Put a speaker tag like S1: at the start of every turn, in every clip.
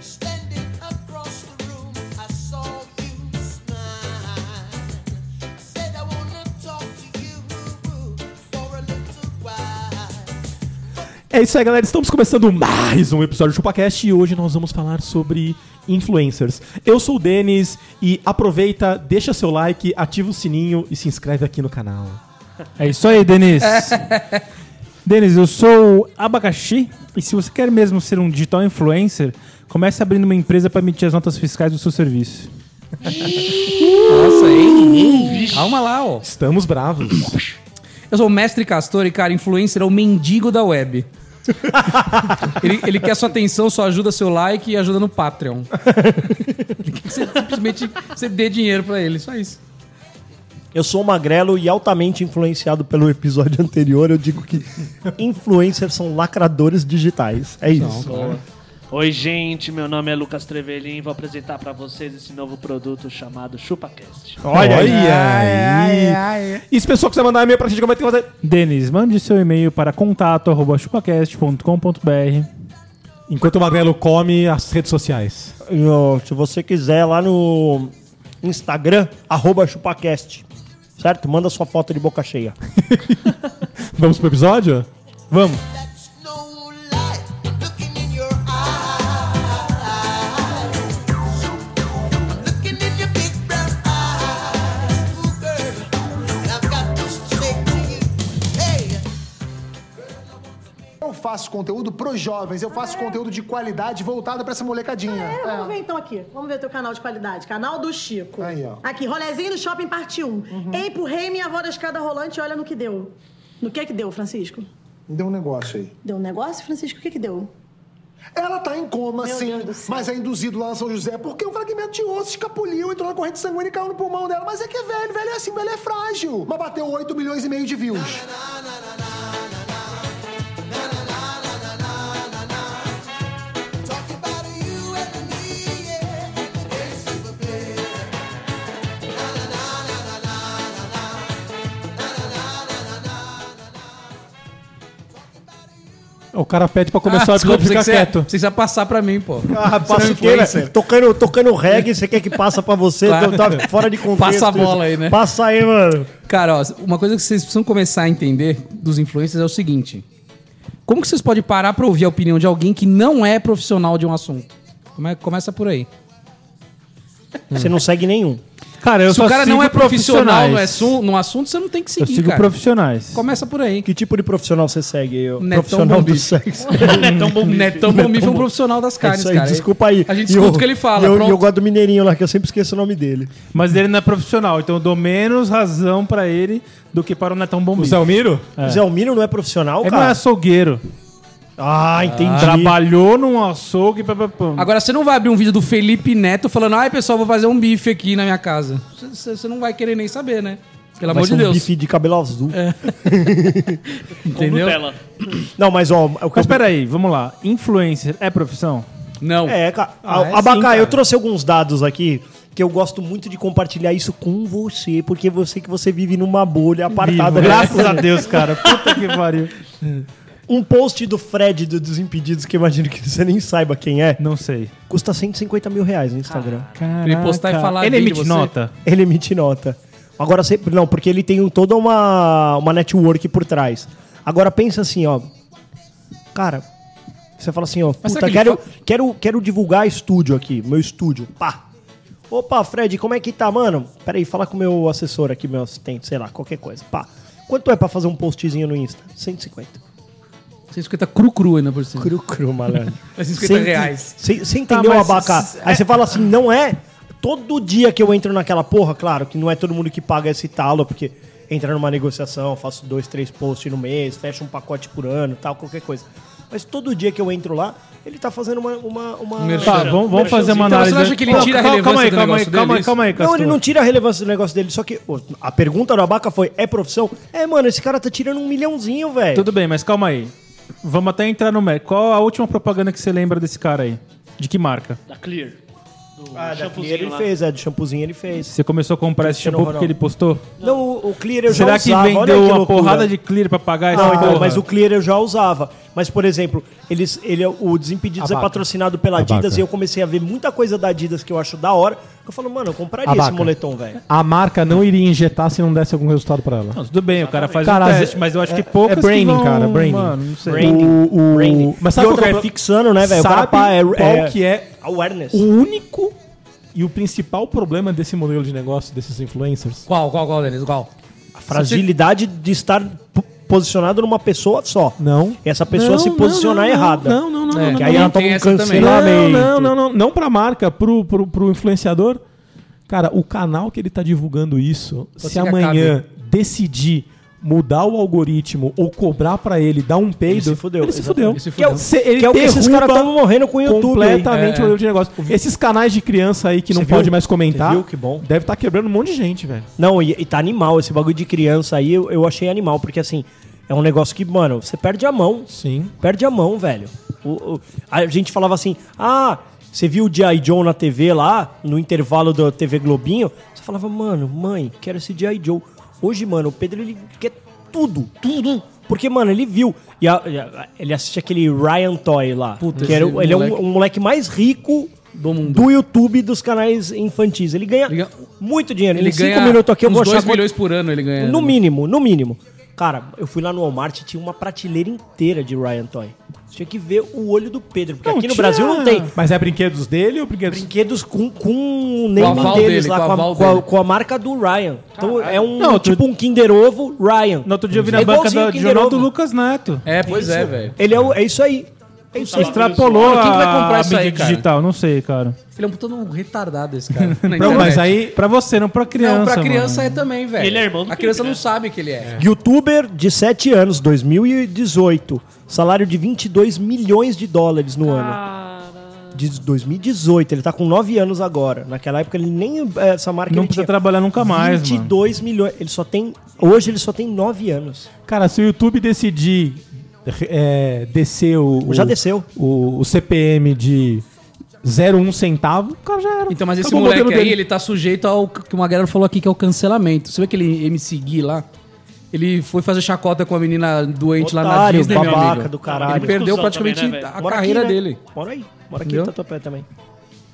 S1: Standing across the room, I saw you smile. Said I wanna talk to you for a little while.
S2: É isso aí, galera. Estamos começando mais um episódio do ChupaCast e hoje nós vamos falar sobre influencers. Eu sou o Denis e aproveita, deixa seu like, ativa o sininho e se inscreve aqui no canal.
S3: É isso aí, Denis. Denis, eu sou o abacaxi e se você quer mesmo ser um digital influencer, comece abrindo uma empresa para emitir as notas fiscais do seu serviço.
S4: Nossa, ei, ei, calma lá, ó.
S2: Estamos bravos.
S4: Eu sou o mestre Castor e, cara, influencer é o mendigo da web. ele, ele quer sua atenção, só ajuda seu like e ajuda no Patreon. Ele quer que você simplesmente você dê dinheiro pra ele, só isso.
S5: Eu sou um magrelo e altamente influenciado pelo episódio anterior. Eu digo que influencers são lacradores digitais. É isso.
S6: Oi, gente, meu nome é Lucas Trevelin e vou apresentar pra vocês esse novo produto chamado ChupaCast.
S2: Olha, aí. E se o pessoal quiser mandar e-mail pra gente, como é que tem que fazer?
S3: Denis, mande seu e-mail para contato@chupacast.com.br.
S2: Enquanto o Magrelo come as redes sociais.
S5: Eu- Se você quiser, lá no Instagram, arroba chupacast. Certo? Manda sua foto de boca cheia.
S2: Vamos pro episódio? Vamos.
S1: That's no lie. I'm looking in your eyes. I'm looking in your big brown eyes, Ooh, girl. And I've got to say to you, hey.
S7: Eu faço conteúdo pros jovens, eu faço conteúdo de qualidade voltado pra essa molecadinha.
S8: É, Vamos
S7: É.
S8: ver então aqui. Vamos ver teu canal de qualidade. Canal do Chico.
S7: Aí, ó. Uhum.
S8: Aqui, rolezinho no shopping, parte 1. Empurrei minha avó da escada rolante e olha no que deu. No que que deu, Francisco?
S7: Deu um negócio aí.
S8: Deu um negócio, Francisco? O que que deu?
S7: Ela tá em coma,
S8: Meu
S7: sim,
S8: Deus do céu.
S7: mas é induzido lá no São José porque um fragmento de osso escapuliu, entrou na corrente sanguínea e caiu no pulmão dela. Mas é que é velho, velho é assim, velho é frágil. Mas bateu 8 milhões e meio de views.
S1: Talk about you and me, yeah, and the days we were playing.
S2: O cara pede pra começar o episódio e fica
S4: Ah, você, ia-
S2: quieto.
S4: você ia passar pra mim, pô.
S5: é- Ah, passa o quê, né? Tocando, tocando reggae, você quer que passa pra você?
S4: Claro.
S5: Então Tá fora de contexto.
S4: Passa a bola aí, né?
S5: Passa aí, mano.
S4: Cara, ó, uma coisa que vocês precisam começar a entender dos influencers é o seguinte: como que vocês podem parar pra ouvir a opinião de alguém que não é profissional de um assunto? Come- Começa por aí. Hum.
S5: Você não segue nenhum.
S3: Cara, eu
S4: Se o cara não é profissional no assu- no assunto, você não tem que
S3: Eu
S4: seguir,
S3: sigo
S4: cara.
S3: profissionais.
S4: Começa por aí.
S5: Que tipo de profissional você segue? Eu?
S4: Netão
S5: Profissional do
S4: Bombi.
S5: sexo.
S6: é
S4: Netão
S5: Uhum.
S4: Bombi. Netão Bombi foi um profissional das
S5: É
S4: carnes,
S5: isso aí,
S4: cara.
S5: desculpa aí.
S4: A gente
S5: E
S4: escuta
S5: eu-
S4: o que ele
S5: E
S4: fala.
S5: eu, e
S4: pronto.
S5: eu gosto do Mineirinho lá, que eu sempre esqueço o nome dele.
S3: Mas ele não é profissional, então eu dou menos razão pra ele do que para o Netão
S2: O
S3: Bombi.
S2: Zé Almiro?
S5: O Zé Almiro não é profissional,
S3: Ele não é
S5: cara?
S3: açougueiro.
S5: Ah, entendi.
S3: Trabalhou num açougue. Pá, pá, pá.
S4: Agora, você não vai abrir um vídeo do Felipe Neto falando, ai, pessoal, vou fazer um bife aqui na minha casa. Você- Você você não vai querer nem saber, né? Pelo
S5: Vai
S4: amor de
S5: ser um
S4: Deus. É.
S5: bife de cabelo azul.
S6: Com
S4: entendeu?
S6: Nutella.
S5: Não, mas ó, o que
S3: Mas
S5: eu-
S3: Então, peraí, vamos lá. Influencer é profissão?
S4: Não.
S5: É, cara.
S3: Ah, é sim,
S5: Abacá,
S3: cara.
S5: eu trouxe alguns dados aqui que eu gosto muito de compartilhar isso com você, porque eu sei que você vive numa bolha apartada.
S4: né?
S3: Vivo, graças a Deus, cara. Puta que pariu.
S5: Um post do Fred do Desimpedidos, que eu imagino que você nem saiba quem é,
S3: Não sei.
S5: custa 150 mil reais no Instagram.
S3: Caraca.
S4: Ele postar e falar
S3: Ele
S4: bem de
S3: emite
S4: você.
S3: nota.
S5: Ele emite nota. Agora sempre. Não, porque ele tem um- toda uma, uma network por trás. Agora pensa assim, ó. Cara, você fala assim, ó,
S4: Mas
S5: puta,
S4: será que ele
S5: quero, quero, quero divulgar estúdio aqui, meu estúdio. Pá! Opa, Fred, como é que tá, mano? Peraí, fala com o meu assessor aqui, meu assistente, sei lá, qualquer coisa. Pá. Quanto é pra fazer um postzinho no Insta? 150.
S4: 150 cru-cru ainda por cima.
S5: Cru, cru, malandro.
S4: É 50
S5: Cento-
S4: reais.
S5: Você você entendeu,
S3: Tá, mas
S5: abacá?
S3: s-
S5: Aí você fala assim, não é? Todo dia que eu entro naquela porra, claro, que não é todo mundo que paga esse talo, porque entra numa negociação, faço dois, três posts no mês, fecho um pacote por ano tal, qualquer coisa. Mas todo dia que eu entro lá, ele tá fazendo uma. uma, uma...
S4: merchan.
S3: Tá, vamos, vamos fazer uma
S4: Então, você
S3: análise.
S4: acha que ele
S3: Não,
S4: tira a
S3: calma-
S4: relevância do
S3: calma aí,
S4: negócio dele,
S3: calma
S4: é
S3: aí, calma aí, calma aí,
S5: Não, ele
S3: Castor.
S5: não tira a relevância do negócio dele, só que pô, a pergunta do Abaca foi: é profissão? É, mano, esse cara tá tirando um milhãozinho, velho.
S3: Tudo bem, mas calma aí. Vamos até entrar no mérito. Qual a última propaganda que você lembra desse cara aí? De que marca?
S6: Da Clear. Do
S5: Ah, da Clear
S6: shampoozinho
S5: ele
S6: lá.
S5: fez, é, do shampoozinho ele fez.
S3: Você começou a comprar esse
S5: Cristiano
S3: shampoo porque
S5: Ronaldo.
S3: ele postou?
S5: Não, o, o Clear eu já
S3: Será que
S5: usava. olha
S3: vendeu
S5: que
S3: uma
S5: loucura.
S3: porrada de clear pra pagar essa
S5: Não, então,
S3: porra?
S5: mas o Clear eu já usava. Mas, por exemplo, eles, ele, é- o Desimpedidos é
S2: Abaca.
S5: patrocinado pela
S2: Abaca.
S5: Adidas e eu comecei a ver muita coisa da Adidas que eu acho da hora. Eu falo, mano, eu compraria
S2: Abaca.
S5: esse moletom, velho.
S2: A marca não iria injetar se não desse algum resultado pra ela.
S3: Não, tudo bem, o cara faz
S2: Cara,
S3: um teste,
S2: é-
S3: mas eu acho
S2: é-
S3: que poucas
S2: é branding,
S3: que vão-
S2: cara, branding.
S3: Mano, não sei.
S2: O, o-
S5: Mas
S2: Mas sabe
S5: e outra,
S2: qual,
S5: é fixando, né, velho? O cara
S2: Sabe
S5: pá, é,
S2: qual
S5: é
S2: que é
S5: awareness.
S2: o único e o principal problema desse modelo de negócio desses influencers?
S4: Qual, qual, qual, Denis? Qual?
S5: A fragilidade de estar p- posicionado numa pessoa só.
S2: Não.
S5: E essa pessoa
S2: Não,
S5: se
S2: não,
S5: posicionar
S2: não, não,
S5: errada.
S2: Não, não, não.
S4: É,
S2: não,
S4: que
S5: Que
S2: não,
S5: aí ela
S4: Também
S5: toma
S4: tem
S5: um
S4: essa também.
S5: cancelamento.
S2: Não, não, não, não. Não pra marca, pro, pro, pro influenciador. Cara, o canal que ele tá divulgando isso, se
S4: que
S2: amanhã decidir mudar o algoritmo ou cobrar pra ele dar um peido, ele
S5: se fudeu,
S2: ele se
S5: exatamente.
S2: fudeu.
S4: Ele se fudeu.
S2: Se- ele
S5: Que é o que esses
S2: derruba
S5: caras estavam morrendo com o YouTube. é.
S2: completamente
S4: aí.
S2: o modelo de negócio. Esses canais de criança aí que não
S5: Você viu?
S2: pode mais comentar,
S5: Você viu? Que bom.
S2: deve estar quebrando um monte de gente, velho.
S5: Não, e, e tá animal. Esse bagulho de criança aí eu, eu achei animal, porque assim, é um negócio que, mano, você perde a mão.
S2: Sim.
S5: Perde a mão, velho. O- o- a gente falava assim, ah, você viu o G.I. Joe na TV lá, no intervalo da TV Globinho? Você falava, mano, mãe, quero esse G.I. Joe. Hoje, mano, o Pedro, ele quer tudo, tudo. Porque, mano, ele viu. E a- e a- ele assiste aquele Ryan Toy lá.
S4: Puta,
S5: que era,
S4: esse
S5: o- ele é
S4: moleque.
S5: um, um moleque mais rico
S4: Do mundo.
S5: YouTube dos canais infantis. Ele ganha
S4: Ele ganha-
S5: muito dinheiro.
S4: Ele
S5: em cinco
S4: ganha
S5: minutos aqui eu vou
S4: uns
S5: achar
S4: 2
S5: quanto-
S4: milhões por ano ele ganha.
S5: no mínimo, no mínimo. Cara, eu fui lá no Walmart e tinha uma prateleira inteira de Ryan Toy. Você tinha que ver o olho do Pedro, porque
S2: Não,
S5: aqui no
S2: tinha-
S5: Brasil não tem.
S2: Mas é brinquedos dele ou brinquedos...
S5: Brinquedos com, com o name
S4: aval
S5: deles
S4: dele,
S5: lá,
S4: com o
S5: com a,
S4: aval
S5: com a-
S4: dele.
S5: com a marca do Ryan. Então é um
S3: Não, outro-
S5: tipo um Kinder Ovo Ryan.
S3: No outro dia eu vi
S5: É
S3: na banca
S5: igualzinho
S3: do
S5: o Kinder
S3: jornal do
S5: Ovo.
S3: Lucas Neto.
S4: É, pois é, velho.
S5: Ele é, o- é isso aí. É isso aí.
S3: Extrapolou
S4: Mano, quem que vai comprar
S3: Ah, a
S4: isso aí,
S3: mídia
S4: cara?
S3: digital, não sei, cara.
S4: Ele é um puta de um retardado esse cara. na
S2: Não, mas
S4: internet.
S2: aí...
S3: Pra você, não pra criança.
S4: Não, pra
S3: mano.
S4: criança é também, velho.
S6: Ele é irmão do
S4: A criança
S6: Felipe,
S4: não
S6: né?
S4: sabe que ele é.
S5: Youtuber de 7 anos, 2018. Salário de 22 milhões de dólares no ano. De 2018, ele tá com 9 anos agora. Naquela época ele nem eh, essa marca
S3: Não
S5: ele
S3: precisa
S5: tinha.
S3: trabalhar nunca mais, mano.
S5: 22 milhões, ele só tem hoje ele só tem 9 anos.
S2: Cara, se o YouTube decidir é, descer o...
S5: Já
S2: o-
S5: desceu.
S2: O, o CPM de 0,1 centavo, o cara já era.
S4: Então, mas esse
S2: Acabou o
S4: moleque aí,
S2: modelo dele.
S4: ele tá sujeito ao que uma galera falou aqui, que é o cancelamento. Você vê aquele MC Gui lá? Ele foi fazer chacota com a menina doente lá na
S5: Otário,
S4: Disney, meu
S5: babaca
S4: amigo.
S5: do caralho.
S4: Ele perdeu
S6: Cusão
S4: praticamente
S6: também, né, velho?
S4: a carreira
S5: aqui, né?
S4: dele.
S5: Mora aí, mora aqui
S4: Entendeu?
S5: em Tatuapé também.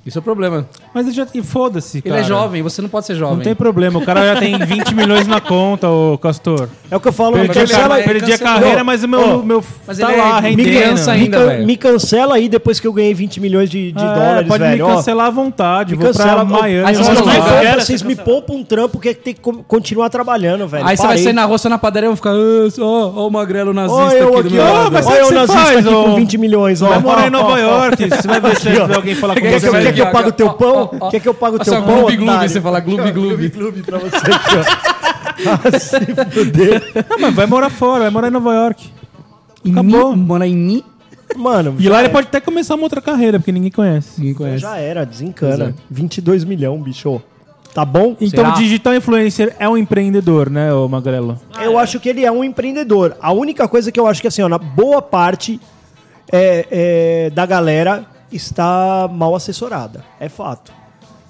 S4: Isso é o problema.
S3: Mas ele já... e Foda-se,
S4: Ele
S3: cara.
S4: é jovem, você não pode ser jovem.
S3: Não tem problema, o cara já tem 20 milhões na conta, ô Castor.
S5: É o que eu falo, me
S3: Perdi, a,
S4: cancela-
S3: carreira,
S4: ele
S3: perdi a
S4: cancelou.
S3: carreira, mas o meu,
S5: Ô,
S3: meu
S4: mas
S3: tá
S4: ele é
S3: lá, rendendo.
S4: criança
S5: me,
S4: ainda,
S5: can-
S4: velho.
S5: me cancela aí depois que eu ganhei 20 milhões de, de
S3: É,
S5: dólares,
S3: pode
S5: velho.
S3: me
S5: ó.
S3: cancelar à vontade,
S5: Me
S3: vou
S5: cancela,
S3: pra Miami.
S4: Aí você
S3: vou
S4: vai
S3: lá.
S5: Vocês, me
S4: Não,
S5: poupam,
S6: cara,
S5: vocês
S6: você
S5: me poupam um trampo que tem que co- continuar trabalhando, velho.
S4: Aí você vai
S5: Parei.
S4: sair na roça, na padaria, e vai ficar... "Ah, Ó, ó o magrelo nazista
S5: Olha eu
S4: aqui do
S5: aqui,
S4: meu
S5: ó.
S4: lado.
S3: mas sabe
S5: Olha
S3: o
S5: eu
S3: que você
S5: nazista
S3: faz,
S5: aqui com
S3: ô?
S5: 20 milhões, ó.
S3: Vai morar em
S5: Ó, ó,
S3: Nova
S5: ó.
S3: York, você vai ver se alguém falar com
S4: Quer que
S3: você.
S4: eu-
S5: Quer que eu pago o teu pão?
S4: Ó, ó, ó.
S5: Quer que eu pago o
S4: Nossa,
S5: teu pão,
S4: Gloob Gloob,
S5: otário?
S4: você fala Gloob Gloob.
S5: Clube pra você aqui, ó.
S3: Não, mas vai morar fora, vai morar em Nova York.
S4: Acabou. Mano, em mim...
S5: Mano,
S3: E lá ele pode até começar uma outra carreira, porque ninguém conhece.
S4: Ninguém conhece.
S5: já era, desencana.
S4: é.
S5: 22 milhão, bicho. Tá bom?
S3: Então
S4: Será?
S3: o digital influencer é um empreendedor, né, ô Magrelo?
S5: eu acho que ele é um empreendedor. A única coisa que eu acho que, assim, ó, na boa parte é, é, da galera está mal assessorada. É fato.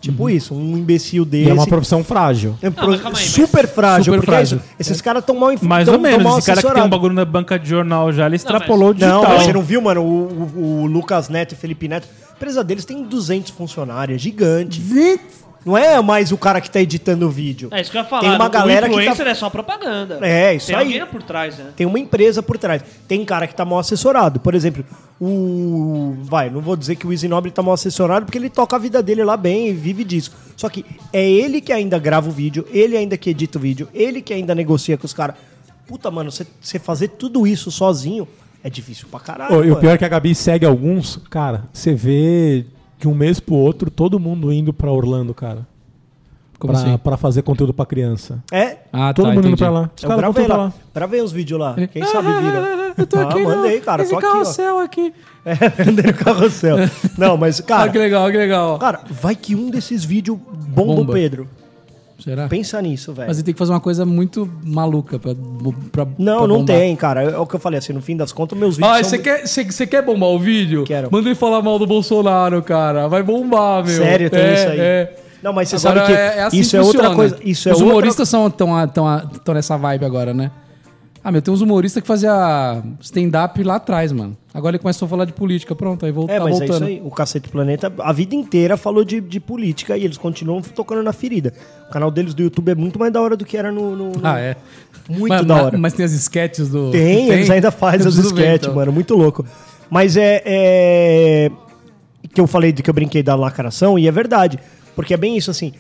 S5: Tipo isso, um imbecil
S2: E
S5: desse.
S2: é uma profissão frágil.
S5: É um pro-
S6: mas calma aí, mas-
S5: super frágil,
S4: Super
S5: porque é
S4: frágil.
S5: isso- esses caras estão mal inf-
S3: Mais
S5: tão-
S3: ou
S5: tão
S3: menos,
S5: mal
S3: esse cara que tem um
S5: assessorados.
S3: bagulho na banca de jornal já, ele extrapolou
S5: Não,
S3: o digital.
S5: mas você não viu, mano, o, o- o Lucas Neto e Felipe Neto. A empresa deles tem 200 funcionários, é gigante. Não é mais o cara que tá editando o vídeo.
S6: É isso que eu ia falar.
S5: Tem uma
S6: o
S5: galera que
S6: influencer
S5: tá...
S6: é só propaganda.
S5: É, isso
S6: Tem
S5: aí.
S6: alguém por trás, né?
S5: Tem uma empresa por trás. Tem cara que tá mal assessorado. Por exemplo, o. Vai, não vou dizer que o Easy Nobre tá mal assessorado, porque ele toca a vida dele lá bem e vive disso. Só que é ele que ainda grava o vídeo, ele ainda que edita o vídeo, ele que ainda negocia com os caras. Puta, mano, você- você fazer tudo isso sozinho é difícil pra caralho.
S2: Ô, e o
S5: mano.
S2: pior é que a Gabi segue alguns, cara, você vê de um mês pro outro todo mundo indo pra Orlando, cara.
S4: Como
S2: pra,
S4: assim?
S2: pra fazer conteúdo pra criança.
S5: É.
S4: Ah,
S2: todo
S4: tá,
S2: mundo indo
S4: entendi.
S2: pra lá. Os caras
S5: Eu
S2: vão
S5: gravei
S2: tudo pra
S5: lá.
S2: lá.
S5: Gravei uns vídeos lá. Quem sabe viram.
S4: Eu tô
S5: Ah,
S4: aqui,
S5: mandei,
S4: não.
S5: cara,
S4: Esse
S5: tô aqui, ó.
S4: carrossel aqui.
S5: É, andei no carrossel. Não, mas,
S4: ah, que
S5: cara,
S4: legal, que legal.
S5: cara, vai que um desses vídeos bomba,
S4: Bomba.
S5: o Pedro.
S4: Será?
S5: Pensa nisso, velho.
S4: Mas ele tem que fazer uma coisa muito maluca pra, pra
S5: Não,
S4: pra
S5: não
S4: bombar.
S5: tem, cara. É o que eu falei, assim, no fim das contas, meus vídeos
S4: Ah,
S5: são...
S4: você quer, você, você quer bombar o vídeo?
S5: Quero.
S4: Manda ele falar mal do Bolsonaro, cara. Vai bombar, meu.
S5: Sério, tem
S4: É,
S5: isso aí.
S4: É.
S5: Não, mas você
S4: Agora,
S5: sabe que
S4: é- é assim
S5: isso
S4: que
S5: é outra
S4: funciona.
S5: coisa. Isso é
S4: Os
S5: outra-
S4: humoristas estão tão, tão, tão nessa vibe agora, né? Ah, meu, tem uns humoristas que fazia stand-up lá atrás, mano. Agora ele começou a falar de política. Pronto, aí volta,
S5: É,
S4: tá
S5: mas
S4: voltando.
S5: é isso aí. O Cacete Planeta, a vida inteira falou de, de política e eles continuam tocando na ferida. O canal deles do YouTube é muito mais da hora do que era no. no- no-
S4: Ah, é.
S5: Muito
S4: mas,
S5: da
S4: mas-
S5: hora.
S4: Mas tem as sketches do.
S5: Tem, eles ainda fazem
S4: Eu
S5: os
S4: preciso ver,
S5: sketches,
S4: então.
S5: mano. Muito louco. Mas é, é- Que eu falei do que eu brinquei da lacração, e é verdade. Porque é bem isso, assim.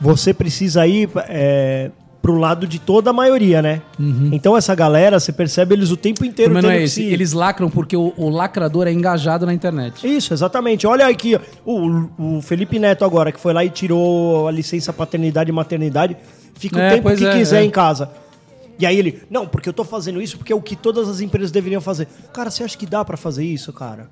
S5: Você precisa ir é, pro lado de toda a maioria, né? Então essa galera, você percebe eles o tempo
S4: O
S5: inteiro
S4: problema Uhum. não
S5: tendo
S4: é
S5: que
S4: esse.
S5: se-
S4: Eles lacram porque o, o lacrador é engajado na internet.
S5: Isso, exatamente. Olha aqui, ó. o, o Felipe Neto agora, que foi lá e tirou a licença paternidade e maternidade, fica
S4: É,
S5: o tempo
S4: pois
S5: que
S4: é,
S5: quiser
S4: é.
S5: em casa. E aí ele, não, porque eu tô fazendo isso porque é o que todas as empresas deveriam fazer. Cara, você acha que dá pra fazer isso, cara?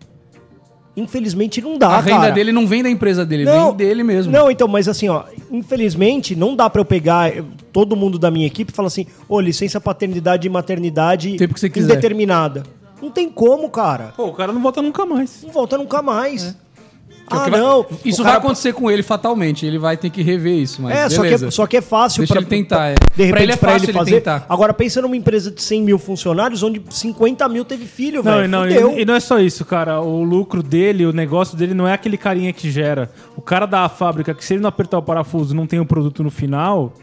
S5: Infelizmente não dá,
S4: a renda
S5: Ah, cara.
S4: dele não vem da empresa dele, vem dele mesmo.
S5: Não, então, mas assim, ó, infelizmente não dá pra eu pegar eh, todo mundo da minha equipe e falar assim, ô, licença paternidade e maternidade
S4: Tempo que você quiser.
S5: indeterminada. Não tem como, cara
S3: Pô, o cara não volta nunca mais.
S5: não volta nunca mais.
S4: Que é o
S5: Ah,
S4: que vai-
S5: não.
S4: Isso
S5: O cara-
S4: vai acontecer com ele fatalmente. Ele vai ter que rever isso, mas
S5: É só, que
S4: beleza.
S5: é, só que é fácil
S4: Deixa
S5: pra-
S4: ele tentar, é.
S5: De repente, pra ele,
S4: é fácil ele
S5: fazer.
S4: tentar.
S5: Agora, pensa numa empresa de 100 mil funcionários onde 50 mil teve filho,
S3: Não,
S5: velho.
S3: e não,
S5: Fudeu.
S3: e, e não é só isso, cara. O lucro dele, o negócio dele não é aquele carinha que gera. O cara da fábrica, que se ele não apertar o parafuso e não tem o produto no final,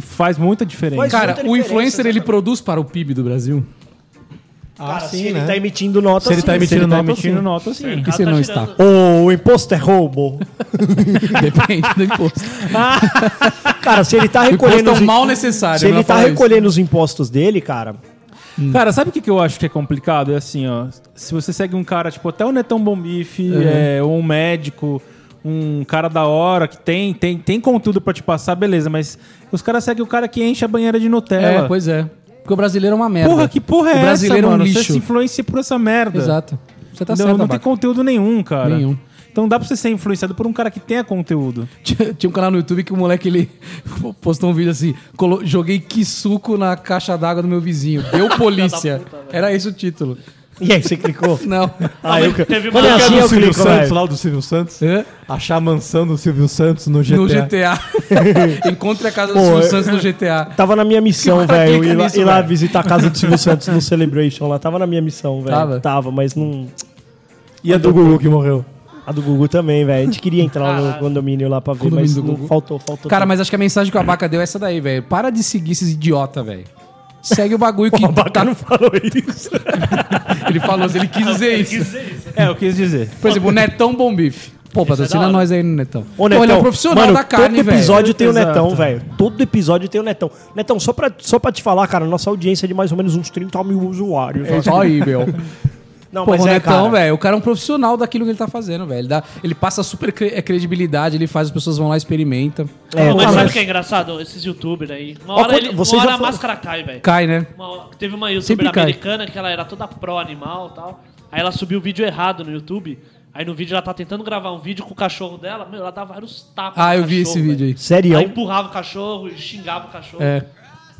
S3: faz muita diferença.
S5: Mas-
S4: Cara,
S5: é muita
S4: o
S5: diferença,
S4: influencer ele
S5: exatamente.
S4: produz para o PIB do Brasil.
S5: Cara,
S2: Ah,
S5: se
S2: sim,
S5: ele
S2: né?
S5: tá emitindo nota,
S2: Se ele
S5: sim.
S2: tá
S3: se ele
S2: emitindo
S3: tá
S2: nota,
S3: emitindo
S2: sim.
S3: nota, sim.
S4: E se
S6: tá
S4: não
S6: tirando-
S4: está?
S5: O imposto é roubo.
S4: Depende do imposto.
S5: Cara, se ele tá
S4: O
S5: Ah, recolhendo.
S4: imposto é um
S5: os-
S4: mal necessário.
S5: Se ele
S4: ela
S5: tá
S4: fala isso.
S5: recolhendo os impostos dele, cara.
S4: Hum.
S3: Cara, sabe o que, que eu acho que é complicado? É assim, ó. Se você segue um cara, tipo, até o Netão Bombife,
S4: Uhum.
S3: é, ou um médico, um cara da hora, que tem, tem, tem conteúdo pra te passar, beleza, mas os caras seguem o cara que enche a banheira de Nutella.
S4: É, pois é. Porque o brasileiro é uma merda.
S3: porra, que porra é
S4: o brasileiro
S3: essa, mano?
S4: é um
S3: Você se
S4: lixo.
S3: influencia por essa merda.
S4: Exato. Você tá
S3: Entendeu?
S4: certo,
S3: não tem
S4: Abaca.
S3: conteúdo nenhum, cara.
S4: Nenhum.
S3: Então não dá pra você ser influenciado por um cara que tenha conteúdo.
S4: Tinha, tinha um canal no YouTube que o moleque ele postou um vídeo assim: colo- joguei quisuco na caixa d'água do meu vizinho. Deu polícia. Era esse o título.
S5: E aí, você clicou?
S4: Não.
S5: Ah, eu...
S6: Teve uma
S5: Quando é assim,
S2: do
S5: eu
S2: Silvio
S5: clico,
S2: Santos,
S5: velho.
S2: lá do Silvio Santos.
S4: Hã?
S2: Achar a mansão do Silvio Santos no GTA.
S4: É. No GTA. Encontre a casa do
S5: Pô, é.
S4: Silvio
S5: eu-
S4: Santos no GTA.
S5: Tava na minha missão,
S4: Que cara
S5: velho,
S4: clica
S5: ir, lá-
S4: nisso,
S5: ir lá
S4: velho?
S5: visitar a casa do Silvio Santos no Celebration lá. Tava na minha missão, velho.
S4: Tava?
S5: mas não.
S2: E a do Gugu que morreu.
S5: A do Gugu também, velho. A gente queria entrar lá no condomínio lá pra ver,
S4: Condomínio
S5: mas
S4: do
S5: não
S4: Gugu.
S5: faltou, faltou.
S4: Cara, mas acho que a mensagem que o Abaca deu é essa daí, velho. Para de seguir esses idiota, velho. Segue o bagulho que. tá
S5: o Abaca não falou isso.
S4: Ele falou assim, ele quis dizer isso.
S3: É, eu quis dizer.
S4: Por exemplo, o Netão Bombife. Pô, patrocina nós aí no Netão.
S5: é
S4: Pô,
S5: Ô,
S4: ele é um
S5: Netão,
S4: profissional
S5: mano,
S4: da carne,
S5: Todo
S4: velho.
S5: episódio tem o
S3: Exato.
S5: Netão, velho. Todo episódio tem o Netão. Netão, só pra, só pra te falar, cara, nossa audiência é de mais ou menos uns 30 mil usuários.
S4: É isso aí, meu.
S5: Não,
S4: Pô, o
S5: é,
S4: Netão,
S5: cara.
S4: velho, o cara é um profissional daquilo que ele tá fazendo, velho. Ele, dá- ele passa super cre- eh, credibilidade, ele faz, as pessoas vão lá e experimentam.
S5: É,
S6: Pô, mas
S5: cara,
S6: sabe o
S5: mas-
S6: que é engraçado? Esses youtubers aí. Uma
S5: Ó,
S6: hora,
S5: quando-
S6: ele,
S5: vocês
S6: uma hora
S5: já
S6: a
S5: falam-
S6: máscara cai, velho.
S4: Cai, né?
S6: Uma- Teve uma youtuber
S4: Sempre cai.
S6: americana que ela era toda pró-animal e tal. Aí ela subiu o vídeo errado no YouTube. Aí no vídeo ela tá tentando gravar um vídeo com o cachorro dela. Meu, ela dá vários tapas.
S4: Ah,
S6: no
S4: eu vi
S6: cachorro,
S4: esse vídeo
S6: velho.
S4: aí.
S5: Sério?
S6: Aí empurrava o cachorro e xingava o cachorro.
S4: É.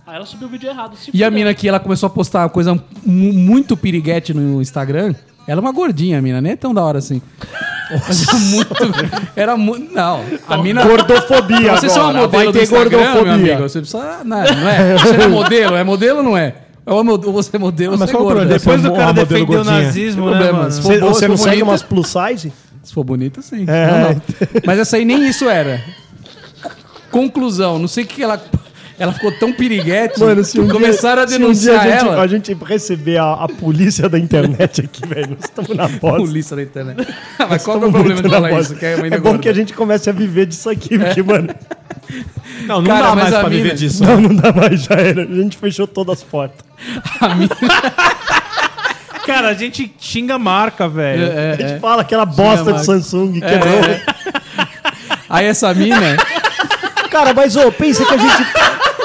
S6: Aí ela subiu o vídeo errado. se
S4: E a
S6: fudeu.
S4: mina que ela começou a postar coisa mu- muito piriguete no Instagram, ela é uma gordinha, a mina, nem é tão da hora assim. Mas era muito. Era muito. Não, a mina.
S5: Gordofobia
S4: Você só é uma
S5: agora.
S4: modelo
S5: Vai
S4: do
S5: ter
S4: Instagram, meu
S5: gordofobia.
S4: amigo. Você precisa. Não, não é. Você não é modelo? É modelo ou não é? Ou é mod- ou você é modelo ou
S2: mas
S4: você é
S2: qual o
S4: gorda.
S2: problema?
S4: Se
S2: Depois
S3: Depois
S2: do
S3: o cara
S2: cara defender
S3: defendeu
S2: o
S3: o nazismo,
S2: nazismo,
S3: né,
S4: problema,
S3: mano?
S4: se for
S5: Você,
S4: boa,
S5: você
S4: se
S5: não
S4: for
S5: segue
S4: bonita-
S5: umas plus size?
S4: Se for bonita, sim.
S5: É.
S4: Não, não. Mas essa aí nem isso era. Conclusão, não sei o que que ela. Ela ficou tão piriguete.
S5: um dia-
S4: começaram
S5: se
S4: a
S5: um
S4: denunciar
S5: dia a gente,
S4: ela.
S5: A gente receber a, a polícia da internet aqui, velho. Nós estamos na bosta.
S4: Polícia da internet. Ah, Mas qual que é
S5: Estamos
S4: o problema
S5: tá muito
S4: de
S5: na
S4: falar
S5: bosta.
S4: isso? Que é uma
S5: é bom que a gente comece a viver disso aqui,
S4: É.
S5: porque, mano,
S2: Não, não
S4: Cara,
S2: dá
S4: mas
S2: mais
S4: a
S2: pra
S4: mina-
S2: viver disso.
S5: não, não dá mais, já era. A gente fechou todas as portas.
S3: Cara, a gente xinga a marca, velho.
S4: É,
S5: A gente fala aquela bosta de
S4: Marcos.
S5: Samsung quebrou.
S4: Aí essa mina.
S5: Cara, mas ô, pensa que a gente.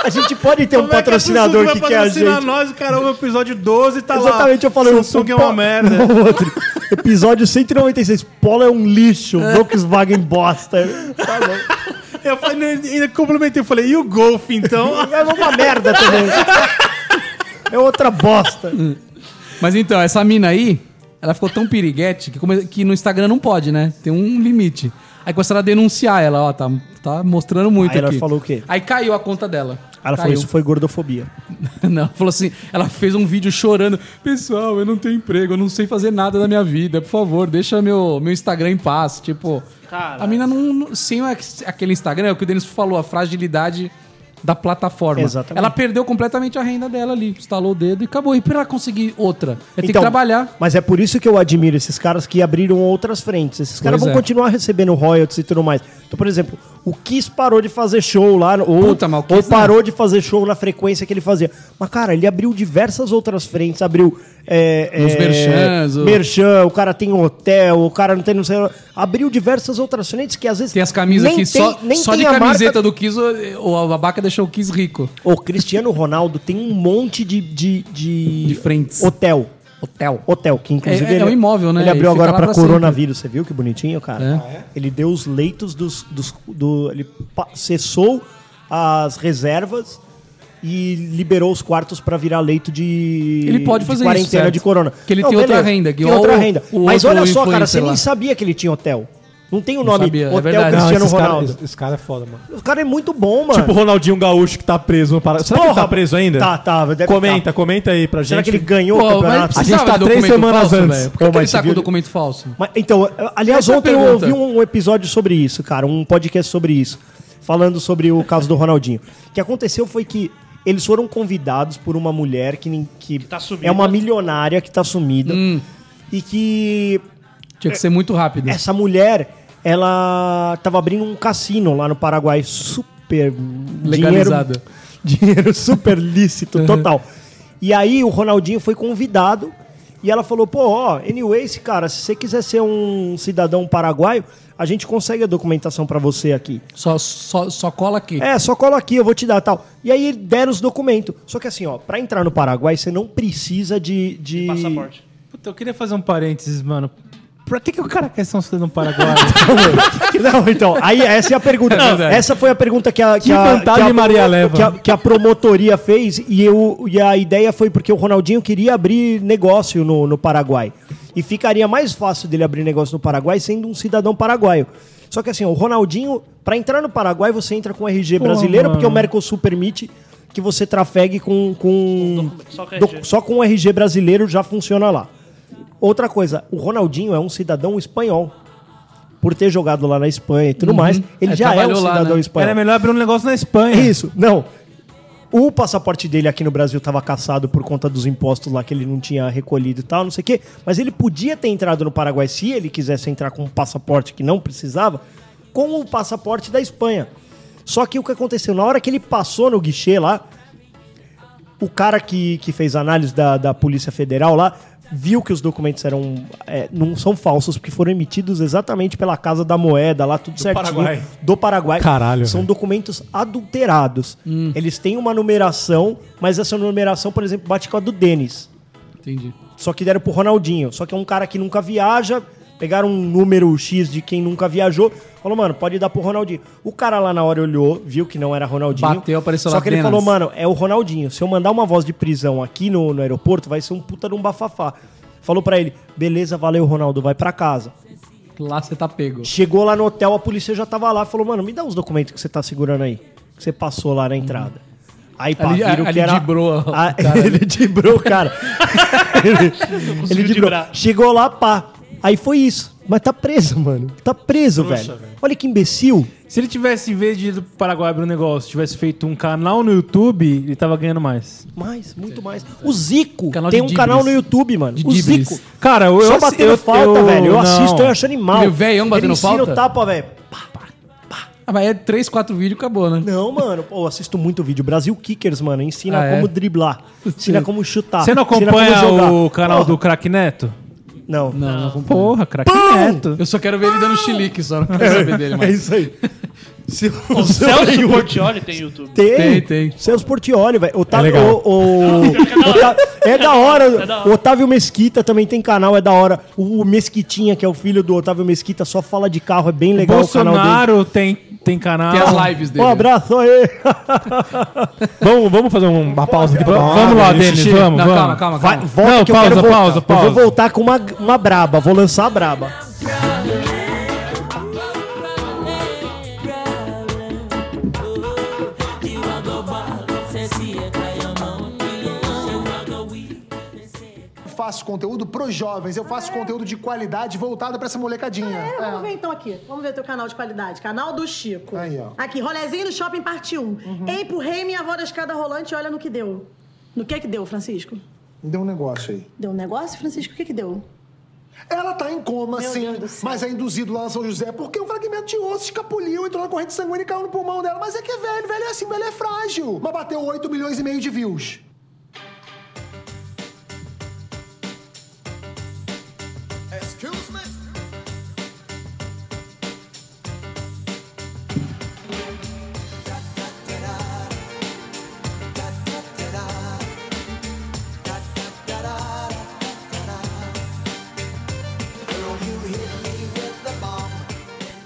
S5: A gente pode ter um
S3: Como é que a
S5: patrocinador
S3: Samsung
S5: que,
S3: vai
S5: quer a
S3: patrocinar
S5: gente.
S4: né?
S3: nós, cara, o episódio 12 tá lá.
S5: Exatamente, eu falei.
S3: Samsung
S5: o
S3: é uma
S5: Po-
S3: merda.
S5: o outro. Episódio 196. Polo é um lixo. Volkswagen bosta. Tá bom.
S3: Eu falei, ainda complementei, eu falei, e o Golf, então?
S5: É uma merda também. É outra bosta.
S4: Mas então, essa mina aí, ela ficou tão piriguete que, come- que no Instagram não pode, né? Tem um limite. Aí começaram a denunciar ela, ó, tá, tá mostrando muito
S5: Aí ela
S4: aqui.
S5: falou o quê?
S4: Aí caiu a conta dela.
S5: Ela falou,
S4: Caiu.
S5: isso foi gordofobia.
S4: Não, falou assim, ela fez um vídeo chorando. Pessoal, eu não tenho emprego, eu não sei fazer nada da minha vida. Por favor, deixa meu, meu Instagram em paz. Tipo,
S6: Cara.
S4: a mina não, não- Sem a- aquele Instagram, é o que o Denis falou, a fragilidade da plataforma.
S5: Exatamente.
S4: Ela perdeu completamente a renda dela ali. Estalou o dedo e acabou. E pra ela conseguir outra? É ter que
S5: Então,
S4: trabalhar.
S5: Mas é por isso que eu admiro esses caras que abriram outras frentes. Esses caras
S4: Pois
S5: vão
S4: é.
S5: continuar recebendo royalties e tudo mais. Então, por exemplo, o Kiss parou de fazer show lá, ou,
S4: Puta, mas o
S5: ou
S4: Kiss não.
S5: parou de fazer show na frequência que ele fazia. Mas, cara, ele abriu diversas outras frentes. Abriu. É,
S4: Os
S5: é,
S4: merchans, o-
S5: merchan, o cara tem um hotel, o cara não tem não sei. lá. Abriu diversas outras frentes que às vezes.
S4: Tem as camisas
S5: nem
S4: aqui,
S5: tem-
S4: só,
S5: nem
S4: só
S5: tem
S4: de
S5: a marca
S4: camiseta do Kiss, o- o Abaca deixou o Kiss rico.
S5: O Cristiano Ronaldo tem um monte de. De, de...
S4: De frentes.
S5: Hotel.
S4: Hotel.
S5: Hotel, que inclusive.
S4: É- é um imóvel, né?
S5: Ele abriu
S4: Ele fica
S5: agora
S4: lá
S5: pra,
S4: pra
S5: coronavírus, você viu que bonitinho, cara?
S4: É.
S5: Ele deu os leitos dos. dos do, ele pa- cessou as reservas e liberou os quartos pra virar leito de.
S4: Ele pode
S5: de
S4: fazer isso,
S5: quarentena
S4: certo.
S5: de corona.
S4: Que ele tem outra renda, que
S5: Tem
S4: o-
S5: outra renda.
S4: o
S5: Mas
S4: outro
S5: olha só, cara,
S4: influencer
S5: você
S4: lá.
S5: nem sabia que ele tinha hotel. Não tem o nome
S4: sabia, é
S5: Hotel
S4: verdade.
S5: Cristiano
S2: esse cara,
S5: Ronaldo.
S2: esse, esse cara é foda, mano.
S5: O cara é muito bom, mano.
S2: Tipo o Ronaldinho Gaúcho que tá preso. no Pará. Será que ele
S5: Porra,
S2: tá preso ainda?
S5: tá, tá, deve
S2: Comenta,
S5: tá.
S2: comenta aí pra gente.
S5: Será que ele ganhou
S4: Pô,
S5: o
S4: mas
S5: campeonato?
S4: precisava
S2: gente tá
S4: de
S2: três
S4: documento
S2: semanas
S4: falso,
S2: antes.
S4: velho. Por que,
S5: Ô,
S4: que ele
S5: mas
S4: tá com
S5: você
S4: o
S5: viu-
S4: documento falso?
S5: Mas, então, aliás,
S4: Essa é a
S5: ontem eu
S4: pergunta.
S5: ouvi um episódio sobre isso, cara, um podcast sobre isso, falando sobre o caso do Ronaldinho. O que aconteceu foi que eles foram convidados por uma mulher que, nin- que,
S6: tá sumida.
S5: é uma milionária que tá sumida
S4: Hum.
S5: e que
S4: Tinha que ser muito rápido.
S5: essa mulher, ela tava abrindo um cassino lá no Paraguai, super dinheiro-
S4: Legalizado.
S5: Dinheiro, super lícito, total. E aí o Ronaldinho foi convidado e ela falou: "Pô, ó, anyways, cara, se você quiser ser um cidadão paraguaio, a gente consegue a documentação pra você aqui.
S4: Só, só, só cola aqui.
S5: É, só cola aqui, eu vou te dar tal. E aí deram os documentos. Só que assim, ó, pra entrar no Paraguai você não precisa de, de...
S6: Passaporte.
S3: Puta, eu queria fazer um parênteses, mano. Pra que, que o cara quer ser um cidadão paraguaio?
S5: Não, então, aí essa é a pergunta.
S4: É verdade.
S5: essa foi a pergunta que a, que
S2: Que
S5: a,
S2: vantagem
S5: que a-
S2: Maria leva?
S5: que a- que a promotoria fez e, eu, e a ideia foi porque o Ronaldinho queria abrir negócio no, no Paraguai. E ficaria mais fácil dele abrir negócio no Paraguai sendo um cidadão paraguaio. Só que assim, o Ronaldinho, pra entrar no Paraguai, você entra com RG brasileiro, porque o Mercosul permite que você trafegue com. com
S6: documento, só com
S5: doc-
S6: RG.
S5: só com o RG brasileiro já funciona lá. Outra coisa, o Ronaldinho é um cidadão espanhol por ter jogado lá na Espanha e tudo mais, ele
S4: É,
S5: já é um
S4: trabalhou lá,
S5: cidadão
S4: né?
S5: espanhol.
S3: Era melhor abrir um negócio na Espanha.
S5: Isso, não. O passaporte dele aqui no Brasil estava caçado por conta dos impostos lá que ele não tinha recolhido e tal, não sei o quê. Mas ele podia ter entrado no Paraguai se ele quisesse entrar com um passaporte que não precisava, com o passaporte da Espanha. Só que o que aconteceu? Na hora que ele passou no guichê lá, o cara que, que fez a análise da, da Polícia Federal lá viu que os documentos eram é, não são falsos, porque foram emitidos exatamente pela Casa da Moeda lá, tudo certinho.
S2: Paraguai.
S5: Do Paraguai.
S2: Caralho,
S5: É, São
S2: velho.
S5: documentos adulterados.
S4: Hum.
S5: Eles têm uma numeração, mas essa numeração, por exemplo, bate com a do Denis.
S4: Entendi.
S5: Só que deram pro Ronaldinho. Só que é um cara que nunca viaja. Pegaram um número X de quem nunca viajou. Falou, mano, pode dar pro Ronaldinho. O cara lá na hora olhou, viu que não era Ronaldinho.
S4: Bateu, apareceu
S5: Só
S4: lá
S5: que ele
S4: apenas.
S5: falou, mano, é o Ronaldinho. Se eu mandar uma voz de prisão aqui no, no aeroporto, vai ser um puta de um bafafá. Falou pra ele, beleza, valeu, Ronaldo, vai pra casa.
S4: Lá você tá pego.
S5: Chegou lá no hotel, a polícia já tava lá. Falou, mano, me dá os documentos que você tá segurando aí. Que você passou lá na entrada. Aí, pá,
S4: Ali-
S5: viram
S4: ali
S5: que era...
S4: dibrou o
S5: Ah,
S4: cara, né?
S5: ele dibrou o cara. ele ele dibrou.
S6: dibrar.
S5: Chegou lá, pá. Aí foi isso. Mas tá preso, mano. Tá preso, velho. Olha que imbecil.
S3: Se ele tivesse, em vez de ir do Paraguai abrir um negócio, tivesse feito um canal no YouTube, ele tava ganhando mais.
S5: Mais, muito mais. O Zico
S4: Canal de
S5: tem um
S4: dibris.
S5: canal no YouTube, mano.
S4: De
S5: o
S4: dibris.
S5: Zico.
S3: Cara, eu...
S5: Só
S3: eu-
S5: batendo
S3: eu-
S5: falta,
S3: eu-
S5: velho. Eu
S3: não.
S5: assisto, eu acho animal.
S4: Meu velhão batendo
S5: Ele ensina
S4: falta?
S5: o tapa, velho.
S4: Ah, mas é três, quatro vídeos e acabou, né?
S5: Não, mano, pô, eu assisto muito vídeo. Brasil Kickers, mano, ensina
S4: Ah, é?
S5: como driblar, ensina como chutar.
S3: Você não
S5: ensina como
S3: acompanha
S5: jogar.
S3: o canal
S5: Porra,
S3: do Crack Neto?
S5: Não.
S4: Não, não acompanho.
S3: Porra, Crack Neto.
S4: Eu só quero ver ele dando chilique, só não quero saber dele,
S5: Ah! É
S4: mas.
S5: isso aí.
S2: Se seu
S6: O Celso
S2: nenhum-
S6: Portioli tem YouTube.
S5: Tem,
S4: Tem, tem.
S5: Seus Portioli, velho.
S3: É
S5: Otávio.
S2: legal.
S5: o- o- Ota- é da
S6: É da
S5: hora.
S6: hora.
S5: O Otávio Mesquita também tem canal, é da hora. O Mesquitinha, que é o filho do Otávio Mesquita, só fala de carro, é bem legal o canal dele.
S3: Bolsonaro tem, tem canal.
S4: Tem as lives dele.
S5: Um
S4: né?
S5: abraço aí.
S2: Vamos, vamos fazer um- uma pausa aqui pra tomar uma
S3: Vamos lá,
S2: água, né,
S3: Denis,
S2: xixi?
S3: vamos,
S4: Não,
S3: vamos.
S4: calma, calma,
S5: Vai,
S4: calma.
S5: volta
S3: Não,
S5: que
S3: pausa,
S5: eu quero voltar.
S3: pausa, pausa.
S5: Eu vou voltar com uma, uma braba, vou lançar a braba.
S7: Eu faço conteúdo pros jovens, eu faço conteúdo de qualidade voltado pra essa molecadinha.
S8: É,
S7: É.
S8: Vamos ver então aqui. Vamos ver teu canal de qualidade. Canal do Chico.
S7: Aí, ó.
S8: Aqui, rolezinho no shopping, parte 1. Empurrei minha avó da escada rolante e olha no que deu. No que é que deu, Francisco?
S7: Me Deu um negócio aí.
S8: Deu um negócio, Francisco? O que que deu?
S7: Ela tá em coma,
S8: Meu Deus do
S7: sim,
S8: céu.
S7: mas é induzido lá na São José porque um fragmento de osso escapuliu, entrou na corrente sanguínea e caiu no pulmão dela. Mas é que é velho, velho é assim, velho é frágil. Mas bateu 8 milhões e meio de views.
S1: Excuse me.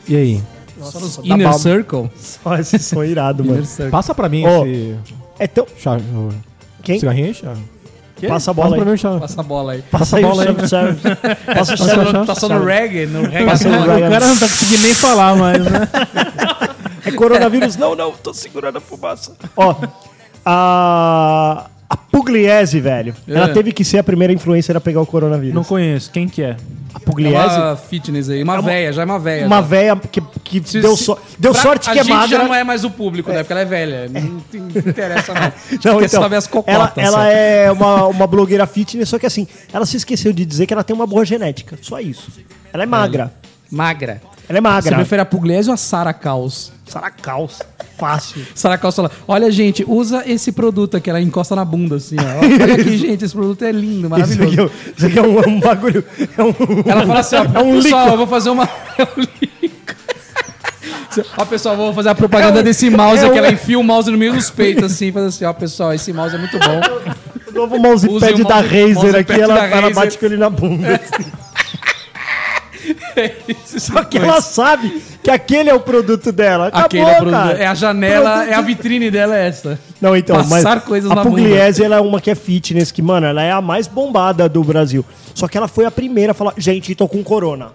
S2: E aí?
S4: Inner Circle.
S5: Só esse som irado, mano.
S2: Passa pra mim
S5: Ó.
S2: esse
S5: É tão.
S2: chave, o
S5: Quem?
S2: cigarrinho aí, chave.
S5: Passa a
S2: Passa
S5: bola
S2: pra
S5: aí.
S2: mim, chave.
S4: Passa a bola aí.
S5: Passa aí o
S2: bola aí.
S5: chave, chave. Passa o
S4: Tá
S5: chave.
S4: só no- Tá só no reggae, no reggae.
S5: Passa o
S3: O
S5: Ryan.
S3: cara não tá conseguindo nem falar mais, né?
S5: É coronavírus? Não, não, tô segurando a fumaça. Ó, a, a Pugliese, velho.
S4: É.
S5: Ela teve que ser a primeira influencer a pegar o coronavírus.
S3: Não conheço. Quem que é?
S5: a
S4: É
S5: Pugliese,
S4: uma fitness aí. Uma véia, já é uma véia.
S5: Tá uma
S4: já.
S5: véia que, que
S4: Se-
S5: deu,
S4: se-
S5: so- deu
S4: pra-
S5: sorte
S4: a
S5: que é
S4: gente já
S5: magra.
S4: não é mais o público, né? Porque ela é velha. Não te- não interessa não.
S5: Não,
S4: Quer
S5: então,
S4: saber as
S5: ela
S4: cocotas.
S5: ela
S4: só.
S5: é uma, uma blogueira fitness, só que assim, ela se esqueceu de dizer que ela tem uma boa genética. Só isso. Ela é magra.
S4: Magra.
S5: Ela
S4: Você
S5: é magra.
S4: prefere a Pugliese ou a Sarah Caos?
S5: Sarah Caos. Fácil.
S4: Sarah Caos fala, olha, gente, usa esse produto aqui. Ela encosta na bunda, assim, ó. Olha aqui, gente, esse produto é lindo,
S5: Isso aqui,
S4: maravilhoso.
S5: é um- isso aqui é um, um bagulho. É um,
S4: Ela fala assim, ó,
S5: É
S4: pessoal,
S5: um líquido.
S4: eu vou fazer uma... É um líquido. Ó, pessoal, vou fazer a propaganda desse mouse
S5: é
S4: aqui.
S5: um-
S4: Ela enfia o mouse no meio dos peitos, assim, faz assim, ó, pessoal, esse mouse é muito bom.
S5: O novo
S4: Use
S5: mousepad
S4: o
S5: da
S4: mouse-
S5: Razer
S4: mousepad
S5: aqui, ela,
S4: da
S5: ela
S4: Razer. É,
S5: bate com ele na bunda. Só que ela sabe que aquele é o produto dela. Acabou,
S4: Aquele é o produto-
S5: cara.
S4: É a janela,
S5: Produto-
S4: é a vitrine dela, é essa.
S5: Não, então,
S4: Passar
S5: mas
S4: coisas
S5: a
S4: na
S5: Pugliese ela é uma que é fitness, que, mano, ela é a mais bombada do Brasil. Só que ela foi a primeira a falar, gente, tô com corona.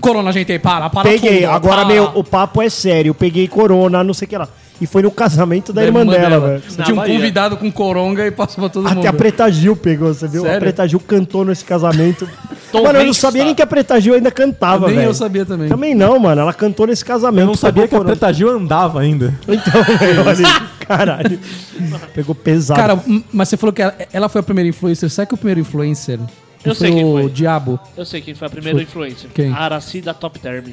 S4: Corona, gente, aí, para, para
S5: Peguei,
S4: tudo,
S5: agora
S4: para.
S5: meu, o papo é sério, peguei corona, não sei o que lá. E foi no casamento da,
S4: Da
S5: irmã, dela, velho.
S6: Na
S4: Tinha um
S6: Bahia.
S4: convidado com coronga e passou pra todo mundo.
S5: Até a Preta Gil pegou, você viu? A
S4: Sério?
S5: Preta Gil cantou nesse casamento.
S6: Tom
S5: mano, eu não
S6: Hanks
S5: sabia
S6: tá.
S5: nem que a Preta Gil ainda cantava,
S4: Nem
S5: velho.
S4: eu sabia também.
S5: Também não, mano. Ela cantou nesse casamento.
S2: Eu não sabia que
S5: pegou
S2: a Preta Gil andava ainda.
S5: corona. Então, velho, olha aí. Caralho. Pegou pesado.
S4: Cara, m- mas você falou que ela, ela foi a primeira influencer. Será que o primeiro influencer
S6: Eu sei quem
S4: o
S6: foi.
S4: Diabo?
S6: Eu sei quem foi a primeira influencer.
S4: Quem?
S6: A Araci da Top Term.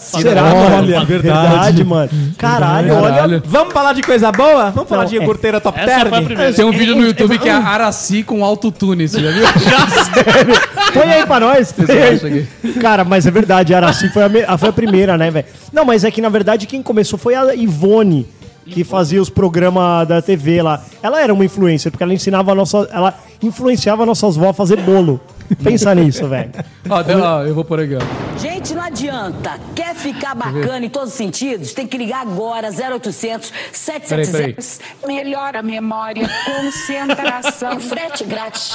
S5: será?
S2: Olha,
S5: mano?
S2: verdade.
S5: mano. Caralho, olha.
S4: Caralho.
S2: Vamos falar de coisa boa? Vamos falar
S5: Não,
S2: de
S5: é.
S2: curteira top
S6: Essa foi a
S2: term?
S6: primeira.
S4: Tem um vídeo no YouTube que é a Araci com autotune, você já viu?
S5: Põe aí pra nós.
S4: Vocês acham um aqui?
S5: Cara, mas é verdade, a Araci foi a, me- a- foi a primeira, né, velho? Não, mas é que na verdade quem começou foi a Ivone, que fazia os programas da TV lá. Ela era uma influencer, porque ela ensinava a nossa. Ela influenciava nossas vó a fazer bolo. Pensa nisso, velho.
S4: Ó, deu- ó, eu vou por aqui, ó.
S9: Gente, não adianta. Quer ficar bacana em todos os sentidos? Tem que ligar agora, 0800 700.
S10: Melhora a memória, concentração, frete grátis.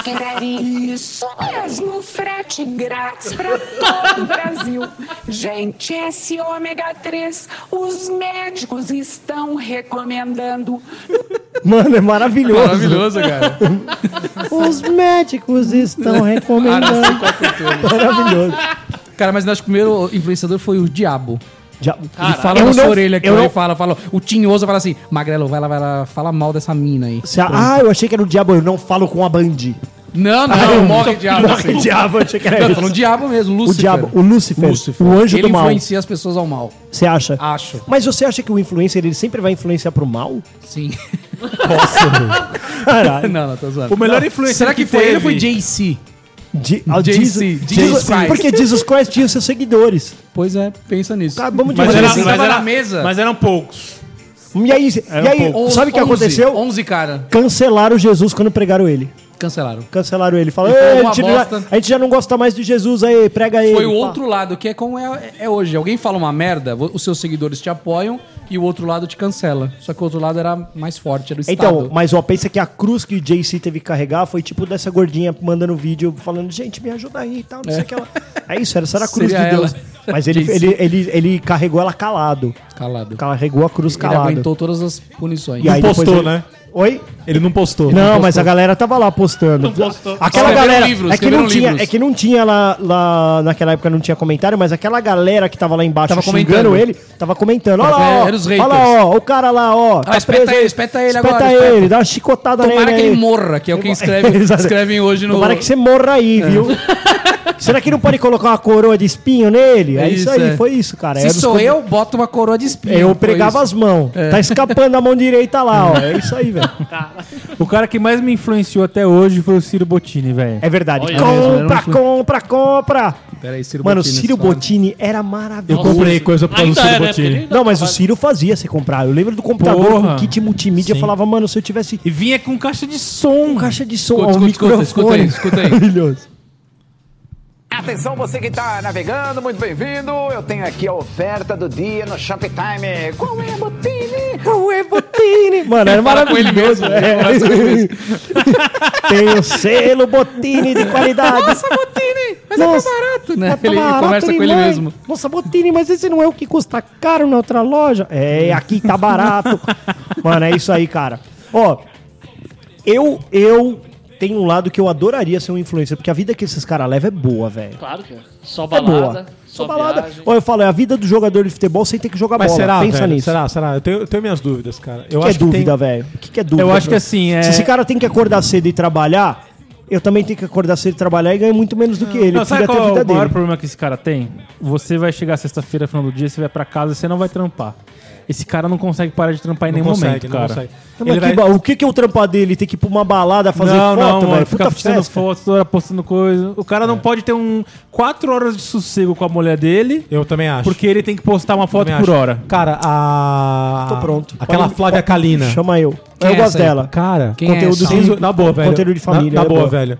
S10: Isso mesmo, frete grátis para todo o Brasil. Gente, esse ômega 3, os médicos estão recomendando.
S5: Mano, é maravilhoso.
S4: Maravilhoso, cara.
S5: Os médicos estão recomendando. Maravilhoso.
S4: Cara, mas eu acho que o primeiro influenciador foi o Diabo.
S5: Já,
S4: Ele fala
S5: Eu
S4: na sua
S5: não-
S4: orelha aqui,
S5: eu
S4: ó, ele
S5: não-
S4: fala, fala. O Tinhoso fala assim, Magrelo, vai lá, vai lá, fala mal dessa mina aí.
S5: Se a- ah, eu achei que era o diabo, eu não falo com a Bandi.
S4: Não, não, morre diabo.
S5: Morre,
S4: assim.
S5: diabo, eu achei que era
S4: Não,
S5: isso.
S4: tô falando diabo mesmo,
S5: O
S4: Lúcifer.
S5: diabo, o Lúcifer,
S4: Lúcifer.
S5: o anjo
S4: Ele Ah.
S5: do mal.
S4: influencia as pessoas ao mal.
S5: Você acha?
S4: Acho.
S5: Mas você acha que o influencer ele sempre vai influenciar pro mal?
S4: Sim.
S5: Caralho.
S4: não, não, tô zoando.
S2: O melhor influencer
S4: Será que,
S2: que
S4: foi ele ou foi
S2: teve?
S4: JC?
S5: Di- ah,
S4: JC,
S5: Jesus-
S4: Jesus
S5: Jesus-
S4: Christ.
S5: Porque Jesus Christ tinha seus seguidores.
S4: Pois é, pensa nisso.
S5: Acabamos Tá, de
S4: Mas
S5: ver.
S4: era-
S2: assim,
S5: isso.
S4: mas Tava era- na mesa. mas
S3: eram poucos.
S5: E aí, e aí sabe o que aconteceu?
S4: 11, cara.
S5: Cancelaram Jesus quando pregaram ele.
S4: Cancelaram.
S5: Cancelaram ele. Falaram,
S4: Ele falou
S5: "Ei, a,
S4: uma
S5: gente não-
S4: bosta."
S5: a gente já não gosta mais de Jesus aí, prega ele.
S4: Foi o
S5: pá.
S4: outro lado, que é como é, é hoje. Alguém fala uma merda, vo- os seus seguidores te apoiam e o outro lado te cancela. Só que o outro lado era mais forte, era o Estado.
S5: Então, mas ó, pensa que a cruz que o JC teve que carregar foi tipo dessa gordinha mandando um vídeo falando, gente, me ajuda aí e tal, não sei o que ela. É isso, era, essa era a cruz
S4: Seria
S5: de Deus.
S4: ela.
S5: Mas ele,
S4: JC.
S5: ele, ele, ele carregou ela calado.
S4: Calado.
S5: Carregou a cruz
S4: Ele
S5: calado.
S4: aguentou todas as punições.
S5: E aí depois
S2: postou,
S5: ele-
S2: né?
S5: Oi?
S2: Ele não postou.
S5: Não, mas
S4: postou.
S5: a galera tava lá postando.
S6: Não postou.
S5: Aquela
S4: Escreveram
S5: galera.
S4: livros,
S5: é, que não
S4: escreveram
S5: tinha,
S4: livros.
S5: é que não tinha lá, lá. Naquela época não tinha comentário, mas aquela galera que tava lá embaixo
S4: Tava
S5: xingando
S4: comentando.
S5: ele, tava comentando. Olha lá, ó,
S4: Era os
S5: olha
S4: haters.
S5: lá, ó, o cara lá, ó. tá
S4: Ah, espeta
S5: preso aí,
S4: ele, espeta ele
S5: espeta
S4: agora,
S5: Ele,
S4: espeta.
S5: dá uma chicotada
S4: Tomara
S5: nele.
S4: que ele
S5: aí.
S4: morra, que é o que escreve,
S5: né? Exato.
S4: escrevem hoje no... É.
S5: Tomara que você morra aí, viu? Será que não pode colocar uma coroa de espinho nele? É
S4: Isso,
S5: isso, aí,
S4: é.
S5: foi isso, cara. Era
S4: Se
S5: os
S4: sou
S5: com-
S4: eu, bota uma coroa de espinho.
S5: Eu
S4: Foi
S5: pregava
S4: isso. É.
S5: as mãos. Tá escapando a mão direita lá, ó. É isso aí, velho.
S3: O cara que mais me influenciou até hoje foi o Ciro Bottini, velho.
S5: É verdade.
S6: Olha,
S3: mesmo, era
S5: compra,
S3: um filme.
S5: compra, compra.
S4: Peraí, Ciro
S5: Mano, o
S4: Bottini, um
S5: Ciro
S4: sabe?
S5: Bottini era
S2: Eu
S5: maravilhoso.
S2: comprei coisa por causa do
S6: Ainda
S2: Ciro
S6: é, né? Porque
S2: Bottini.
S6: ele-
S5: Não, mas o Ciro fazia você comprar. Eu lembro do computador
S3: Porra.
S5: com kit multimídia. Eu
S2: Sim.
S5: falava, mano, se eu tivesse
S3: E vinha com caixa de som.
S5: caixa de som,
S4: Escuta,
S5: ó, um
S4: escuta,
S5: microfone.
S4: escuta, escuta aí, escuta aí.
S5: Maravilhoso.
S1: Atenção, você que está navegando, muito bem-vindo. Eu tenho aqui a oferta do dia no Shoptime. Qual é, Botini?
S5: O Ebotini. é, Mano, era
S4: fala com ele
S5: maravilhoso. é. Tem o selo Botini de qualidade.
S4: Nossa, Botini! Mas
S5: Nossa,
S4: é tão barato, né?
S5: tá
S4: ele
S5: barato
S4: conversa com ele
S5: demais.
S4: mesmo.
S5: Nossa, Botini, mas esse não é o que custa caro na outra loja? É, aqui tá barato. Mano, é isso aí, cara. Ó, eu, eu tenho um lado que eu adoraria ser um influencer, porque a vida que esses caras levam é boa, velho.
S6: Claro que é. Só
S5: É
S6: balada.
S5: boa. Só balada. Ó, eu falo, é a vida do jogador de futebol sem ter que jogar
S2: Mas
S5: bola.
S2: será,
S5: Pensa
S2: velho?
S5: nisso.
S2: Será, será? Eu tenho, eu tenho minhas dúvidas, cara. Eu
S5: O que é
S2: acho que tem-
S5: dúvida, velho? O que que é dúvida?
S3: Eu acho
S5: velho?
S3: que assim, é-
S5: Se esse cara tem que acordar cedo e trabalhar, eu também tenho que acordar cedo e trabalhar e ganho muito menos do que ele.
S3: Não,
S5: Eu
S3: sabe
S5: queria ter a
S3: qual é
S5: vida
S3: o maior
S5: dele.
S3: problema que esse cara tem? Você vai chegar sexta-feira, final do dia, você vai pra casa, você não vai trampar. Esse cara não consegue parar de trampar em
S2: Não
S3: nenhum
S2: consegue,
S3: momento,
S2: não
S3: cara.
S2: consegue.
S5: Não, mas
S2: Ele
S5: que
S2: vai-
S5: ba- O que que é o trampar dele? Tem que ir pra uma balada fazer
S3: não,
S5: foto,
S3: não,
S5: velho?
S3: mano, ficar
S5: é Puta
S3: postando
S5: festa.
S3: foto, toda hora postando coisa. O cara não pode ter um quatro horas de sossego com a mulher dele,
S2: Eu também acho.
S3: porque ele tem que postar uma foto
S2: Também
S3: por
S2: acho.
S3: hora.
S2: Cara, a.
S5: Tô Tá pronto.
S2: Aquela
S5: Pode-
S2: Flávia
S5: pode-
S2: Kalina.
S5: Chama eu.
S4: Quem
S5: eu
S4: é
S5: gosto
S4: essa aí?
S5: dela.
S2: Cara,
S4: Quem é
S2: conteúdo
S4: essa?
S2: sem- na boa, velho.
S5: Conteúdo de família,
S2: Na, na
S5: é
S2: boa,
S5: boa.
S2: velho.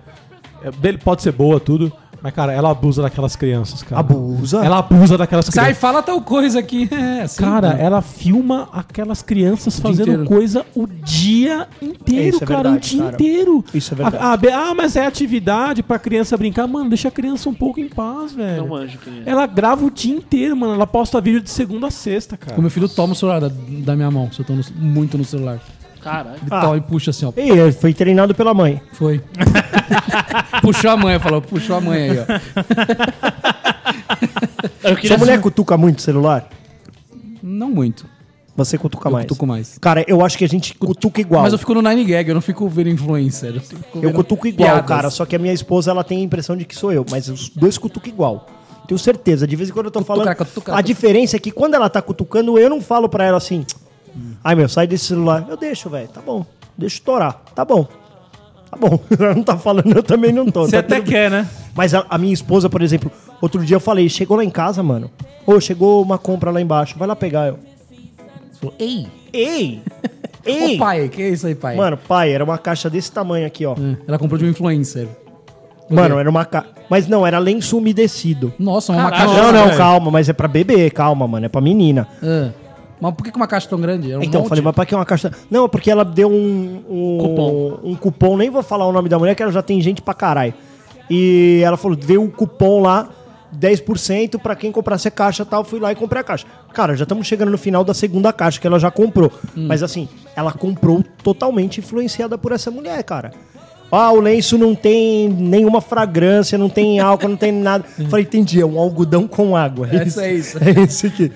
S2: É, Dele pode ser boa, tudo. Mas, cara, ela abusa daquelas crianças, cara.
S5: Abusa?
S2: Ela abusa daquelas
S4: Sai,
S2: crianças.
S4: fala tal coisa aqui. É, assim,
S2: Cara,
S4: né?
S2: ela filma aquelas crianças fazendo
S4: inteiro.
S2: coisa o dia inteiro,
S5: Isso é
S2: cara. o
S5: verdade,
S2: dia
S5: cara.
S2: inteiro.
S5: Isso é verdade.
S2: A- a be- ah, mas é atividade pra criança brincar. Mano, deixa a criança um pouco em paz, velho.
S6: Não manjo, criança.
S2: Ela grava o dia inteiro, mano. Ela posta vídeo de segunda a sexta, cara.
S4: é, O meu filho toma o celular da, da minha mão, se eu tô no- muito no celular.
S6: Caralho.
S4: Ele
S5: Ah.
S4: toma e puxa assim, ó.
S5: Ei, ele foi treinado pela mãe.
S4: Foi. puxou a mãe, falou, puxou a mãe aí, ó.
S6: Eu queria
S5: Sua mulher cutuca muito o celular?
S4: Não muito.
S5: Você cutuca
S4: Eu
S5: mais.
S4: cutuco mais.
S5: Cara, eu acho que a gente cutuca igual.
S4: Mas eu fico no Nine Gag, eu não fico vendo influencer. Eu, fico
S5: Eu
S4: vendo
S5: cutuco igual,
S4: piadas.
S5: cara. Só que a minha esposa, ela tem a impressão de que sou eu. Mas os dois cutucam igual. Tenho certeza. De vez em quando eu tô
S4: Cutucar,
S5: falando.
S4: cutucar,
S5: A
S4: cutucar.
S5: diferença é que quando ela tá cutucando, eu não falo pra ela assim. Ai, meu, sai desse celular. Eu deixo, velho. Tá bom. Deixa estourar. Tá bom. Tá bom. Ela não tá falando, eu também não tô.
S3: Você
S5: Tá
S3: até
S5: tudo bem.
S3: quer, né?
S5: Mas a, a minha esposa, por exemplo, outro dia eu falei, chegou lá em casa, mano. Ô, chegou uma compra lá embaixo. Vai lá pegar. Eu.
S4: Falou, Ei,
S5: Ei!
S4: ô
S5: Ei!
S4: pai, que é isso aí, pai?
S5: Mano, pai, era uma caixa desse tamanho aqui, ó.
S4: É, Ela comprou de um influencer.
S5: Mano, era uma ca... Mas não, era lenço umedecido.
S4: Nossa, uma
S6: Caralho.
S4: caixa...
S5: não, não,
S2: velho.
S5: calma, mas é pra bebê, calma, mano, é pra menina.
S4: Ah, mas por que que uma caixa tão grande? Era um
S5: então, eu
S4: monte?
S5: falei, mas pra que uma caixa. Não, porque ela deu um, um-
S6: Cupom.
S5: Um cupom, nem vou falar o nome da mulher, que ela já tem gente pra caralho. E ela falou, veio um cupom lá, 10% pra quem comprasse a caixa e tal. Fui lá e comprei a caixa. Cara, já estamos chegando no final da segunda caixa que ela já comprou.
S4: Hum.
S5: Mas assim, ela comprou totalmente influenciada por essa mulher, cara. Ah, o lenço não tem nenhuma fragrância, não tem álcool, não tem nada. Falei, entendi, é um algodão com água.
S4: Hum. É isso, é isso.
S5: É isso aqui.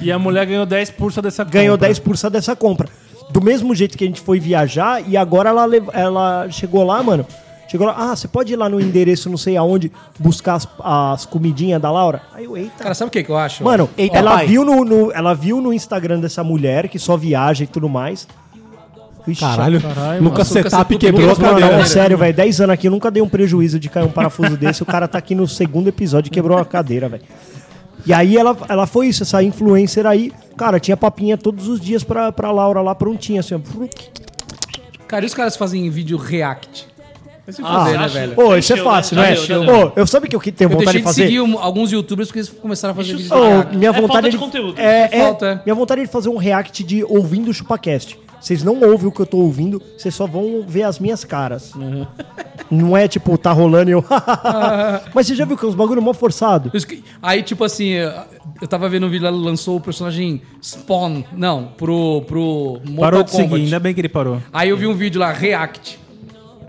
S3: E a mulher ganhou 10% dessa
S5: ganhou
S3: compra.
S5: 10% dessa compra. Do mesmo jeito que a gente foi viajar e agora ela, lev- ela chegou lá, mano. Chegou lá, ah, você pode ir lá no endereço, não sei aonde, buscar as, as comidinhas da Laura? Aí eu, eita.
S4: Cara, sabe o que que eu acho?
S5: mano,
S4: Ó,
S5: ela, viu no, no- ela viu no Instagram dessa mulher que só viaja e tudo mais.
S2: Caralho,
S5: Caralho,
S2: Lucas
S5: mano.
S2: Setup
S5: Lucas
S2: quebrou a
S5: Lucas, mano,
S2: cadeira.
S5: Não, sério, velho. 10 anos aqui, eu nunca dei um prejuízo de cair um parafuso desse. O cara tá aqui no segundo episódio e quebrou a cadeira, velho. E aí ela, ela foi isso, essa influencer aí. Cara, tinha papinha todos os dias pra, pra Laura lá, prontinha, assim. ó.
S4: Cara, e os caras fazem vídeo react? Vai se
S5: Ah,
S4: foder, né,
S5: acha?
S4: velho?
S5: Ô, isso é fácil, né? Ô, eu sabe que eu que tenho
S4: Eu
S5: vontade
S4: deixei
S5: de
S4: de
S5: fazer?
S4: seguir um- alguns youtubers porque eles começaram a fazer vídeo
S5: Ô,
S4: react.
S5: minha vontade É, é,
S4: falta, é.
S5: Minha vontade é de fazer um react de ouvindo o ChupaCast. Vocês não ouvem o que eu tô ouvindo, vocês só vão ver as minhas caras.
S4: Uhum.
S5: Não é tipo, tá rolando e eu. Mas você já viu que é uns bagulho mó forçado?
S4: Isso que- Aí, tipo assim, eu tava vendo um vídeo lá, lançou o personagem Spawn. Não, pro. pro
S3: Parou de seguir,
S4: Kombat.
S5: né,
S3: ainda bem que ele parou.
S4: Aí eu vi um vídeo lá, React.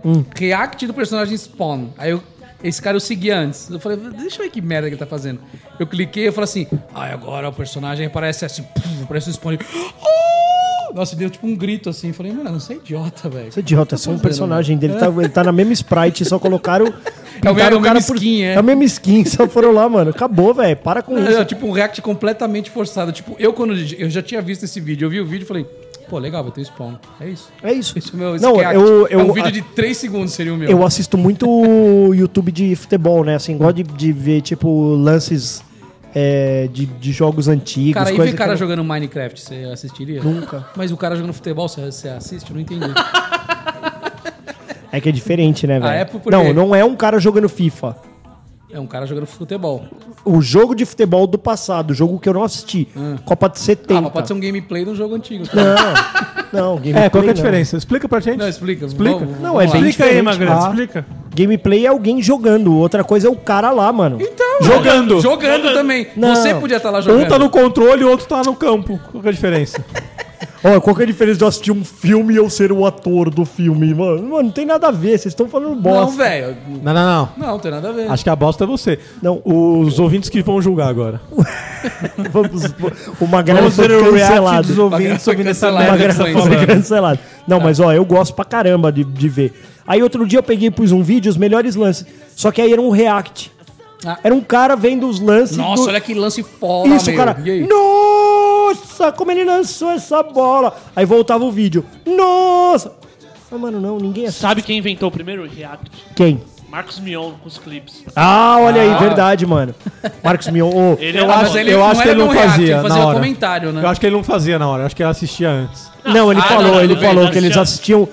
S5: Hum.
S4: React do personagem Spawn. Aí eu- esse cara eu seguia antes. Eu falei, deixa eu ver que merda que ele tá fazendo. Eu cliquei e falei assim, ai agora o personagem aparece assim, puf, parece um Spawn. Ah! Nossa, deu tipo um grito assim. Eu Falei, mano, você é idiota, velho.
S5: Você é idiota, é só um
S4: fazendo,
S5: personagem
S4: mano?
S5: dele. Tá, ele tá na mesma sprite, só colocaram.
S4: né? É o mesmo-
S5: pintaram
S4: é o mesmo skin, é.
S5: É o mesmo skin, só foram lá, mano. Acabou, velho. Para com
S4: Não,
S5: é isso.
S4: não, tipo um react completamente forçado. Tipo, eu quando eu já tinha visto esse vídeo, eu vi o vídeo e falei, pô, legal, vai ter spawn. É isso.
S5: É isso.
S4: Esse é o meu,
S5: Não,
S4: react.
S5: eu- eu-
S4: é um vídeo
S5: a-
S4: de 3 segundos seria o meu.
S5: Eu assisto muito YouTube de futebol, né? Assim, gosto de, de ver, tipo, lances é, de, de jogos antigos.
S4: Cara, aí
S5: coisa
S4: vê cara
S5: que-
S4: jogando Minecraft, você assistiria?
S5: Nunca.
S4: Mas o cara jogando futebol, você, você assiste? Eu não entendi.
S5: É que é diferente, né, velho?
S4: é? Por quê?
S5: Não, não é um cara jogando FIFA.
S4: é um cara jogando futebol. Ah,
S5: O jogo de futebol do passado, o jogo que eu não assisti. Copa de 70.
S4: Ah, mas pode ser um gameplay de um jogo antigo.
S5: Não, gameplay
S2: É, qual que é
S5: não.
S2: a diferença? Explica pra gente.
S4: Não, explica.
S2: Explica.
S4: Vamos-
S5: Não, é
S4: vamos
S5: bem
S4: lá.
S2: Explica aí,
S5: diferente.
S2: Magrelo,
S5: Ah,
S2: explica.
S5: Gameplay é alguém jogando, outra coisa é o cara lá, mano. Então,
S2: Jogando.
S4: Jogando também.
S5: Não.
S4: Você podia estar lá
S2: Um
S4: jogando.
S2: tá no controle e o outro tá no campo. Qual que é a diferença?
S5: Ó, qual que é a diferença de eu assistir um filme e eu ser o ator do filme, mano? Mano, não tem nada a ver, vocês estão falando bosta.
S4: Não, velho.
S2: não, não, não.
S4: Não, tem nada a ver.
S2: Acho que a bosta é você.
S5: Não.
S2: Os ouvintes que vão julgar agora.
S5: Vamos, o Magrelo foi
S2: react
S5: cancelado.
S2: dos ouvintes
S4: Foi
S2: ouvindo essa
S4: cancelado.
S2: merda que
S4: Magrela
S2: você
S4: foi
S2: tá
S5: Foi
S2: falando.
S5: cancelado. Não, mas ó, eu gosto pra caramba de, de ver. Aí outro dia eu peguei e pus um vídeo, os melhores lances. Só que aí era um react.
S4: Ah.
S5: Era um cara vendo os lances.
S4: Nossa,
S5: do-
S4: olha que lance foda,
S5: Isso,
S4: meu.
S5: cara.
S4: E aí?
S5: Nossa, como ele lançou essa bola. Aí voltava o vídeo. Nossa. Ah, mano, não, ninguém é
S6: Sabe quem inventou o primeiro react?
S5: Quem?
S6: Marcos Mion com os clipes.
S5: Ah, olha aí, verdade, mano. Marcos Mion. ô,
S6: Ele
S2: Eu
S6: era
S2: acho,
S6: bom.
S4: Ah, ele é
S2: eu
S4: não
S2: acho que
S4: era
S2: ele não
S4: no react, ele
S2: fazia
S4: fazia
S2: na hora.
S4: comentário, né?
S2: Eu acho que ele não fazia na hora. Eu acho que ele assistia antes.
S4: um
S5: Não, ele
S6: Ah,
S5: falou,
S6: não, não,
S5: ele
S6: não,
S5: falou
S6: não,
S5: que eles
S6: não.
S5: assistiam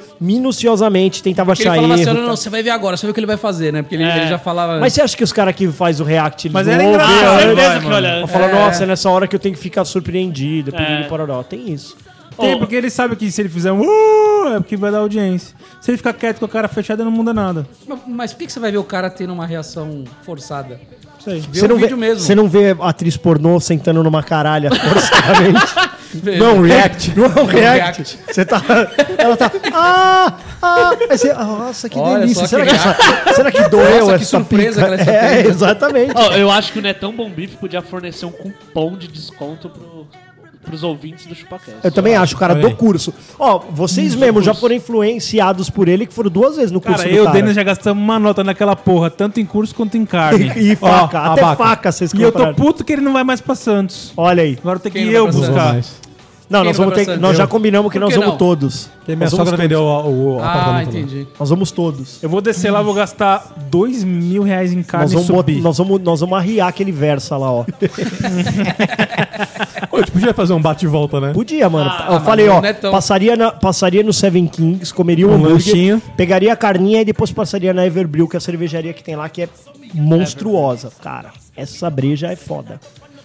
S5: minuciosamente, tentava
S4: tá Porque ele
S5: achar
S4: falava assim,
S5: erro.
S4: olha, não, você vai ver agora, você vê o que ele vai fazer, né? Porque ele,
S6: É.
S4: ele já falava...
S5: Mas você acha que os caras que faz o react, eles
S2: Mas
S5: não
S4: é
S2: era
S5: ouvem?
S2: engraçado.
S6: Ah,
S2: Ah,
S6: certeza
S2: vai,
S6: que
S2: mano.
S6: olha.
S5: Ela fala, nossa, é nessa hora que eu tenho que ficar surpreendido. piriri, pororó. Tem isso.
S3: Tem,
S6: Ô.
S3: porque ele sabe que se ele fizer um uh, é porque vai dar audiência. Se ele ficar quieto com a cara fechada, não muda nada.
S4: Mas- Mas por que que você vai ver o cara tendo uma reação forçada? Vê
S5: Você
S4: o
S5: não, vê,
S4: vídeo mesmo.
S5: você não vê atriz pornô sentando numa caralha forçadamente.
S4: Vê.
S5: não, é um react. Não é um
S4: react.
S5: react. Você tá. Ela tá. Ah! Ah! Aí você, nossa, que
S4: Olha
S5: delícia.
S4: só
S5: Será
S4: que
S5: que, essa- será que doeu
S4: Nossa, que
S5: essa
S4: surpresa
S5: pica?
S4: que ela está
S5: É,
S4: tendo.
S5: exatamente.
S6: Ó, eu acho que o Netão Bom Bife podia fornecer um cupom de desconto pro, pros ouvintes do ChupaCast.
S5: Eu também acho, cara,
S2: Olha
S5: do
S2: aí.
S5: curso. Ó, vocês mesmos já foram influenciados por ele, que foram duas vezes no curso
S3: Cara,
S5: do
S3: eu e o
S5: cara.
S3: Denis já gastamos uma nota naquela porra, tanto em curso quanto em carne.
S5: E faca,
S3: Ó,
S5: até
S3: abaca.
S5: faca vocês
S3: E eu tô
S5: compraram.
S3: puto que ele não vai mais pra Santos.
S5: Olha aí.
S3: Agora tem que
S4: Quem não tá
S3: eu
S4: vai pra
S2: Não
S3: buscar.
S2: mais.
S5: Não,
S4: Quem
S5: nós,
S4: não
S5: vamos
S4: vai
S5: ter,
S4: pra Santos?
S5: nós já
S4: Eu.
S5: combinamos que
S4: Por
S5: nós
S4: que
S5: vamos
S4: não?
S5: todos.
S2: Porque minha
S5: Nós vamos
S2: sogra
S5: todos.
S2: vendeu o, o
S4: Ah,
S2: apartamento. dela.
S4: entendi.
S5: Nós vamos todos.
S3: Eu vou descer lá, vou gastar dois mil reais em carne
S5: Nós vamos,
S3: e subir.
S5: bot- nós, vamos, nós vamos arriar aquele versa lá, ó.
S2: Ô, a gente podia fazer um bate e volta, né?
S5: Podia, mano. eu
S4: mas
S5: falei,
S4: não
S5: ó,
S4: é tão-
S5: passaria, na- passaria no Seven Kings, comeria um,
S2: Um
S5: hambúrguer,
S2: lanchinho.
S5: pegaria a carninha e depois passaria na Everbrew, que é a cervejaria que tem lá, que é monstruosa. Cara, essa breja é foda.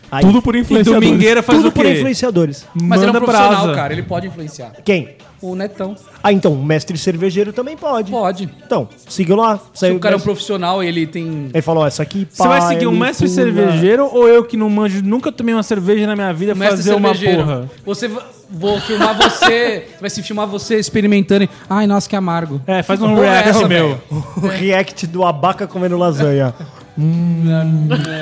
S5: Aí-
S2: Tudo por
S3: E
S2: influenciadores.
S3: domingueira faz
S5: tudo
S3: o quê?
S5: por influenciadores.
S4: Mas ele é um
S3: Manda
S4: profissional,
S3: brasa.
S4: cara, ele pode influenciar.
S5: Quem?
S4: O Netão
S5: Ah, então, o mestre cervejeiro também pode.
S4: pode.
S5: Então, siga lá.
S4: Se
S5: Saiu
S4: o cara é um
S5: mestre-
S4: profissional e ele tem...
S5: Ele falou, ó, essa aqui... é
S3: Você vai seguir um mestre cervejeiro ou eu que não manjo, nunca tomei uma cerveja na minha vida,
S4: Mestre
S3: fazer uma
S4: cervejeiro.
S3: porra?
S4: Você va- vou filmar você, vai se filmar você experimentando. e- Ai, nossa, que amargo.
S3: É, faz um
S4: Porra,
S3: react,
S4: essa,
S3: meu.
S4: velho.
S5: O react do abaca comendo lasanha.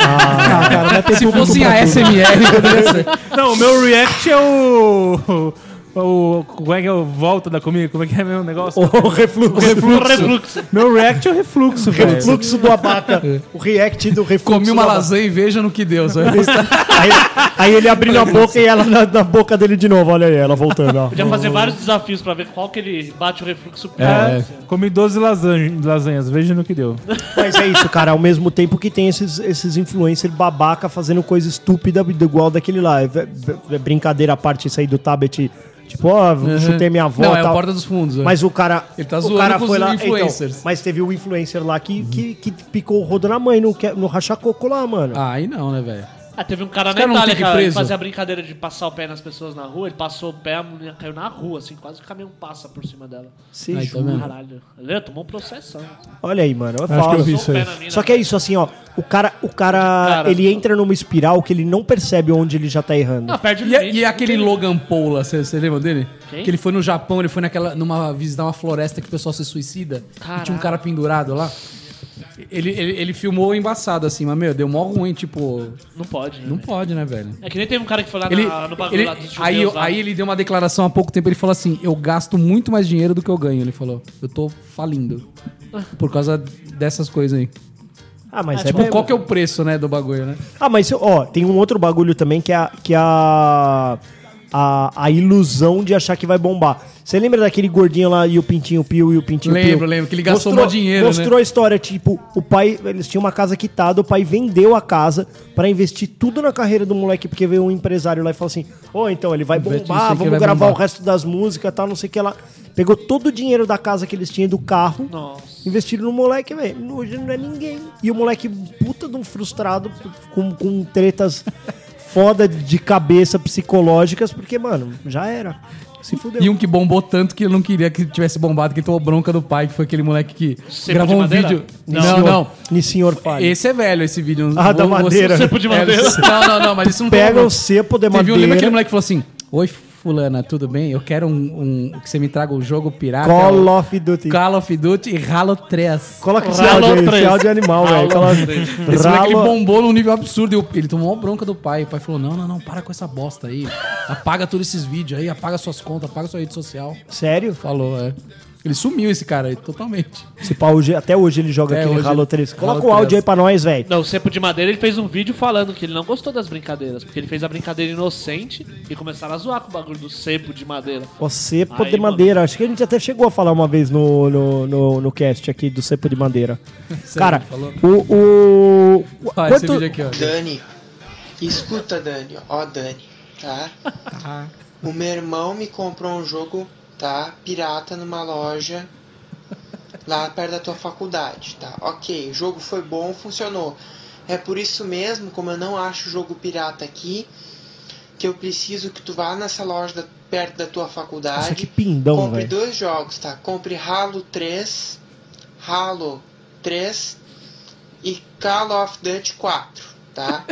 S2: Ah, cara, não é tempo
S4: Se
S2: pra
S4: fosse a
S2: tudo.
S4: SMR,
S3: Não, o meu react é o... O, como é que é o volta da comida? Como é que é meu negócio?
S2: O refluxo.
S3: O refluxo. Meu react é o refluxo, velho.
S5: Refluxo do abaca. O react do refluxo.
S4: Comi uma
S5: do abaca.
S4: lasanha e veja no que né? deu. sabe?
S5: Aí, aí ele abrindo a boca e ela na, na boca dele de novo. Olha aí, ela voltando. Ó.
S6: Podia fazer vários desafios pra ver qual que ele bate o refluxo
S3: É,
S6: pior.
S3: comi 12 lasanha- lasanhas, veja no que deu.
S5: Mas é isso, cara. Ao mesmo tempo que tem esses, esses influencers babaca fazendo coisa estúpida igual daquele lá. É, ve- ve- brincadeira à parte isso aí do tablet. Tipo, ó, chutei minha avó.
S4: Não, é a
S5: tal.
S4: Porta dos Fundos, é.
S5: Mas o cara.
S4: Ele tá
S5: o
S4: zoando
S5: cara
S4: com os
S5: foi lá,
S4: influencers. Uhum.
S5: então, mas teve o influencer lá que, que, que picou o rodo na mãe, no, que- no rachacoco lá, mano.
S4: Ah, aí não, né, velho?
S6: Ah, teve um cara
S4: Os
S6: na
S4: caras não
S6: Itália
S4: ficam
S6: que ah, ele
S4: preso?
S6: fazia a brincadeira de passar o pé nas pessoas na rua. Ele passou o pé, a mulher caiu na rua, assim, quase o caminhão passa por cima dela.
S5: Sim,
S4: Aí, tá vendo?
S6: Caralho. Ele tomou um processo. né?
S5: Olha aí, mano. Eu
S2: Acho que
S5: falo.
S2: eu vi isso
S6: Passou o
S2: aí.
S6: pé na mina.
S5: Só que é isso, assim, ó. O cara, o cara,
S6: Cara.
S5: ele entra numa espiral que ele não percebe onde ele já tá errando.
S6: Ah, perde o
S4: E, a-
S6: limite.
S4: e aquele Logan Paul lá, você você lembra dele?
S6: Quem?
S4: Que ele foi no Japão, ele foi naquela, numa visitar uma floresta que o pessoal se suicida. E tinha um cara pendurado lá. Ele, ele, ele filmou embaçado assim, mas, meu, deu mó ruim, tipo...
S6: Não pode, né?
S4: Não pode, né, velho?
S6: É que nem teve um cara que foi lá
S4: Ele,
S6: na- no bagulho
S4: ele-
S6: lá dos judeus
S4: aí, eu-
S6: lá.
S4: aí ele deu uma declaração há pouco tempo, ele falou assim, eu gasto muito mais dinheiro do que eu ganho. Ele falou, eu tô falindo.
S6: Ah.
S4: Por causa dessas coisas aí.
S5: Ah, mas é,
S4: Tipo, qual que é o preço, né, do bagulho, né?
S5: Ah, mas ó, tem um outro bagulho também que é a, que é a, a, a ilusão de achar que vai bombar. Você lembra daquele gordinho lá e o pintinho pio e o pintinho pio?
S4: Lembro, lembro, que ele gastou
S5: mostrou,
S4: mó dinheiro, né?
S5: Mostrou a história, tipo, o pai, eles tinham uma casa quitada, o pai vendeu a casa pra investir tudo na carreira do moleque, porque veio um empresário lá e falou assim, ô, então, ele vai
S4: Investe nisso aí
S5: bombar,
S4: que
S5: vamos
S4: ele vai
S5: gravar
S4: bombar."
S5: o resto das músicas e tal, não sei o que lá. Pegou todo o dinheiro da casa que eles tinham e do carro,
S6: Nossa.
S5: Investiram no moleque, velho. Hoje não é ninguém. E o moleque, puta de um frustrado, com, com tretas foda de cabeça psicológicas, porque, mano, já era. Se fudeu.
S4: E um que bombou tanto que ele não queria que tivesse bombado, que tomou bronca do pai, que foi aquele moleque que
S6: Sebo
S4: gravou
S6: de
S4: um
S6: madeira?
S4: vídeo.
S5: Ni
S4: Não,
S5: senhor-
S4: não.
S5: Ni senhor fale.
S4: Esse é velho, esse vídeo.
S5: Ah, da madeira.
S6: Sebo de madeira.
S4: É, não, não, não, mas isso não
S5: Pega
S4: tomou
S5: o cepo de
S4: bronca. Teve um, lembra aquele
S5: madeira,
S4: moleque que falou assim: Oi, fulana, tudo bem? Eu quero um, um- que você me traga o jogo pirata.
S5: Call
S4: é o
S5: of Duty.
S4: Call of Duty e Halo 3.
S5: Coloca esse
S6: Ralo
S5: áudio aí,
S6: três.
S5: esse áudio é animal, velho.
S6: Ralo
S5: Coloca-
S4: Esse moleque ele
S5: Ralo...
S4: bombou num nível absurdo. e o- Ele tomou uma bronca do pai. O pai falou: Não, não, não, para com essa bosta aí. Apaga todos esses vídeos aí, apaga suas contas, apaga sua rede social.
S5: Sério?
S4: Falou, é. Ele sumiu esse cara aí, totalmente.
S5: Esse pau, hoje- até hoje ele joga
S4: Até
S5: aquele
S4: hoje
S5: Ralo
S4: ele-
S5: 3. Coloca
S4: Ralo
S5: o áudio
S4: três.
S5: aí pra nós, velho.
S6: Não, o Sepo de Madeira ele fez um vídeo falando que ele não gostou das brincadeiras, porque ele fez a brincadeira inocente e começaram a zoar com o bagulho do Sepo de Madeira.
S5: O cepo
S6: Aí,
S5: de
S6: mano.
S5: madeira. Acho que a gente até chegou a falar uma vez no, no, no, no cast aqui do cepo de madeira. Cara, o. o, o-
S4: Ah, esse
S5: quanto-
S4: vídeo aqui, ó.
S11: Dani, escuta, Dani, ó, Dani, tá? O meu irmão me comprou um jogo, tá? Pirata numa loja lá perto da tua faculdade, tá? Ok, o jogo foi bom, funcionou. É por isso mesmo, como eu não acho o jogo pirata aqui, que eu preciso que tu vá nessa loja da- perto da tua faculdade.
S5: Nossa, que pindão,
S11: compre
S5: velho.
S11: dois jogos, tá? Compre Halo 3, Halo 3 e Call of Duty 4, tá?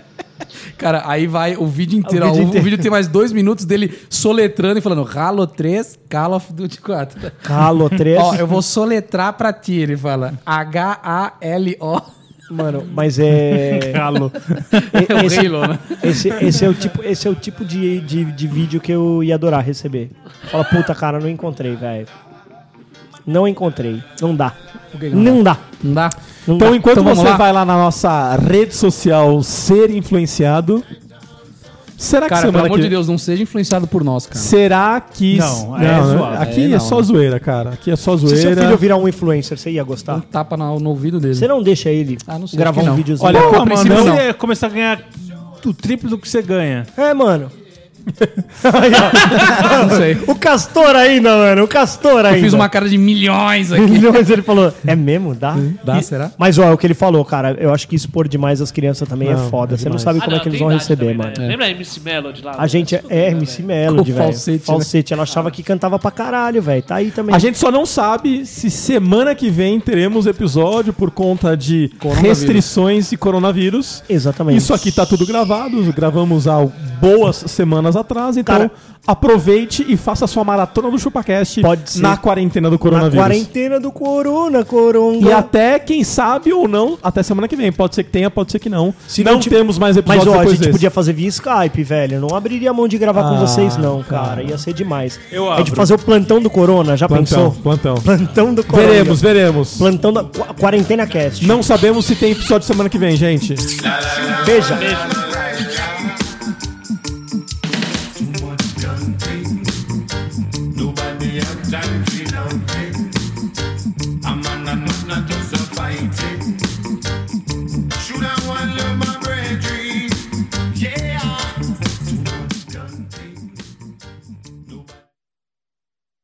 S4: Cara, aí vai o vídeo inteiro.
S5: O
S4: ó. O
S5: vídeo
S4: vídeo,
S5: inteiro.
S4: tem mais dois minutos dele soletrando e falando Halo 3, Call of Duty 4.
S5: Ralo 3.
S4: Ó, eu vou soletrar pra ti, ele fala. H-A-L-O.
S5: Mano, mas é.
S3: Calo.
S4: É o
S5: esse,
S4: Halo, né?
S5: esse, esse é o tipo, esse é o tipo de, de, de vídeo que eu ia adorar receber. Fala, puta, cara, não encontrei, velho. Não encontrei. Não dá.
S4: que que
S5: não dá.
S4: Não dá?
S5: Não
S2: Então,
S5: dá.
S2: enquanto
S4: Então, vamos
S2: você
S4: lá.
S2: vai lá na nossa rede social ser influenciado, será que
S4: Cara, pelo
S2: semana
S4: amor
S2: que
S4: de Deus, não seja influenciado por nós, cara.
S2: Será que.
S3: Não, aí é zoado.
S2: Aqui é,
S4: Aí não,
S2: só
S4: né?
S2: zoeira, cara. Aqui é só
S5: Se seu filho
S2: zoeira.
S5: virar um influencer, você ia
S4: Dá um
S5: gostar?
S4: tapa na- no, ouvido dele.
S5: Você não deixa ele
S4: Ah, não sei,
S5: gravar
S4: acho que
S5: um
S4: não.
S5: videozinho?
S2: Olha,
S3: Pô,
S2: Pô,
S3: a
S2: mano,
S3: princípio
S2: não.
S3: você ia é começar a ganhar o triplo do que você ganha.
S5: É, mano.
S2: né?
S4: não sei.
S5: O Castor ainda, mano. O Castor ainda.
S4: Eu fiz uma cara de milhões aqui.
S5: Milhões, ele falou. É mesmo? Dá?
S4: Dá, será?
S5: Mas, ó, é o que ele falou, cara. Eu acho que expor demais as crianças também é foda. Você não
S6: Ah,
S5: sabe como é que eles vão receber, mano.
S6: né?
S5: É.
S6: Lembra a MC Melody lá?
S5: A gente é, é MC
S4: assim,
S5: Melody,
S4: Com
S5: velho.
S4: falsete, né?
S5: Falsete. Ela achava que cantava pra caralho, velho. Tá aí também.
S2: A gente só não sabe se semana que vem teremos episódio por conta de
S4: Coronavírus.
S2: restrições e coronavírus.
S5: Exatamente.
S2: Isso aqui tá tudo gravado, tá gravamos há boas semanas atrás, então aproveite e faça a sua maratona do ChupaCast na quarentena do coronavírus.
S5: Na quarentena do corona, coronga.
S2: E até, quem sabe ou não, até semana que vem. Pode ser que tenha, pode ser que não. Se não,
S5: ti-
S2: temos mais episódios
S5: Mas, ó, a
S2: depois
S5: gente
S2: desse.
S5: podia fazer via Skype, velho. Eu Não abriria a mão de gravar com
S2: Ah,
S5: vocês, não, cara. Ia ser demais.
S2: Eu
S5: A gente
S2: abro.
S5: fazer o plantão do corona, já
S2: Plantão,
S5: pensou?
S2: plantão.
S5: Plantão do corona.
S2: Veremos, veremos.
S5: Plantão da Qu- Quarentena Cast.
S2: Não sabemos se tem episódio semana que vem, gente.
S5: Beija.
S1: Nobody have time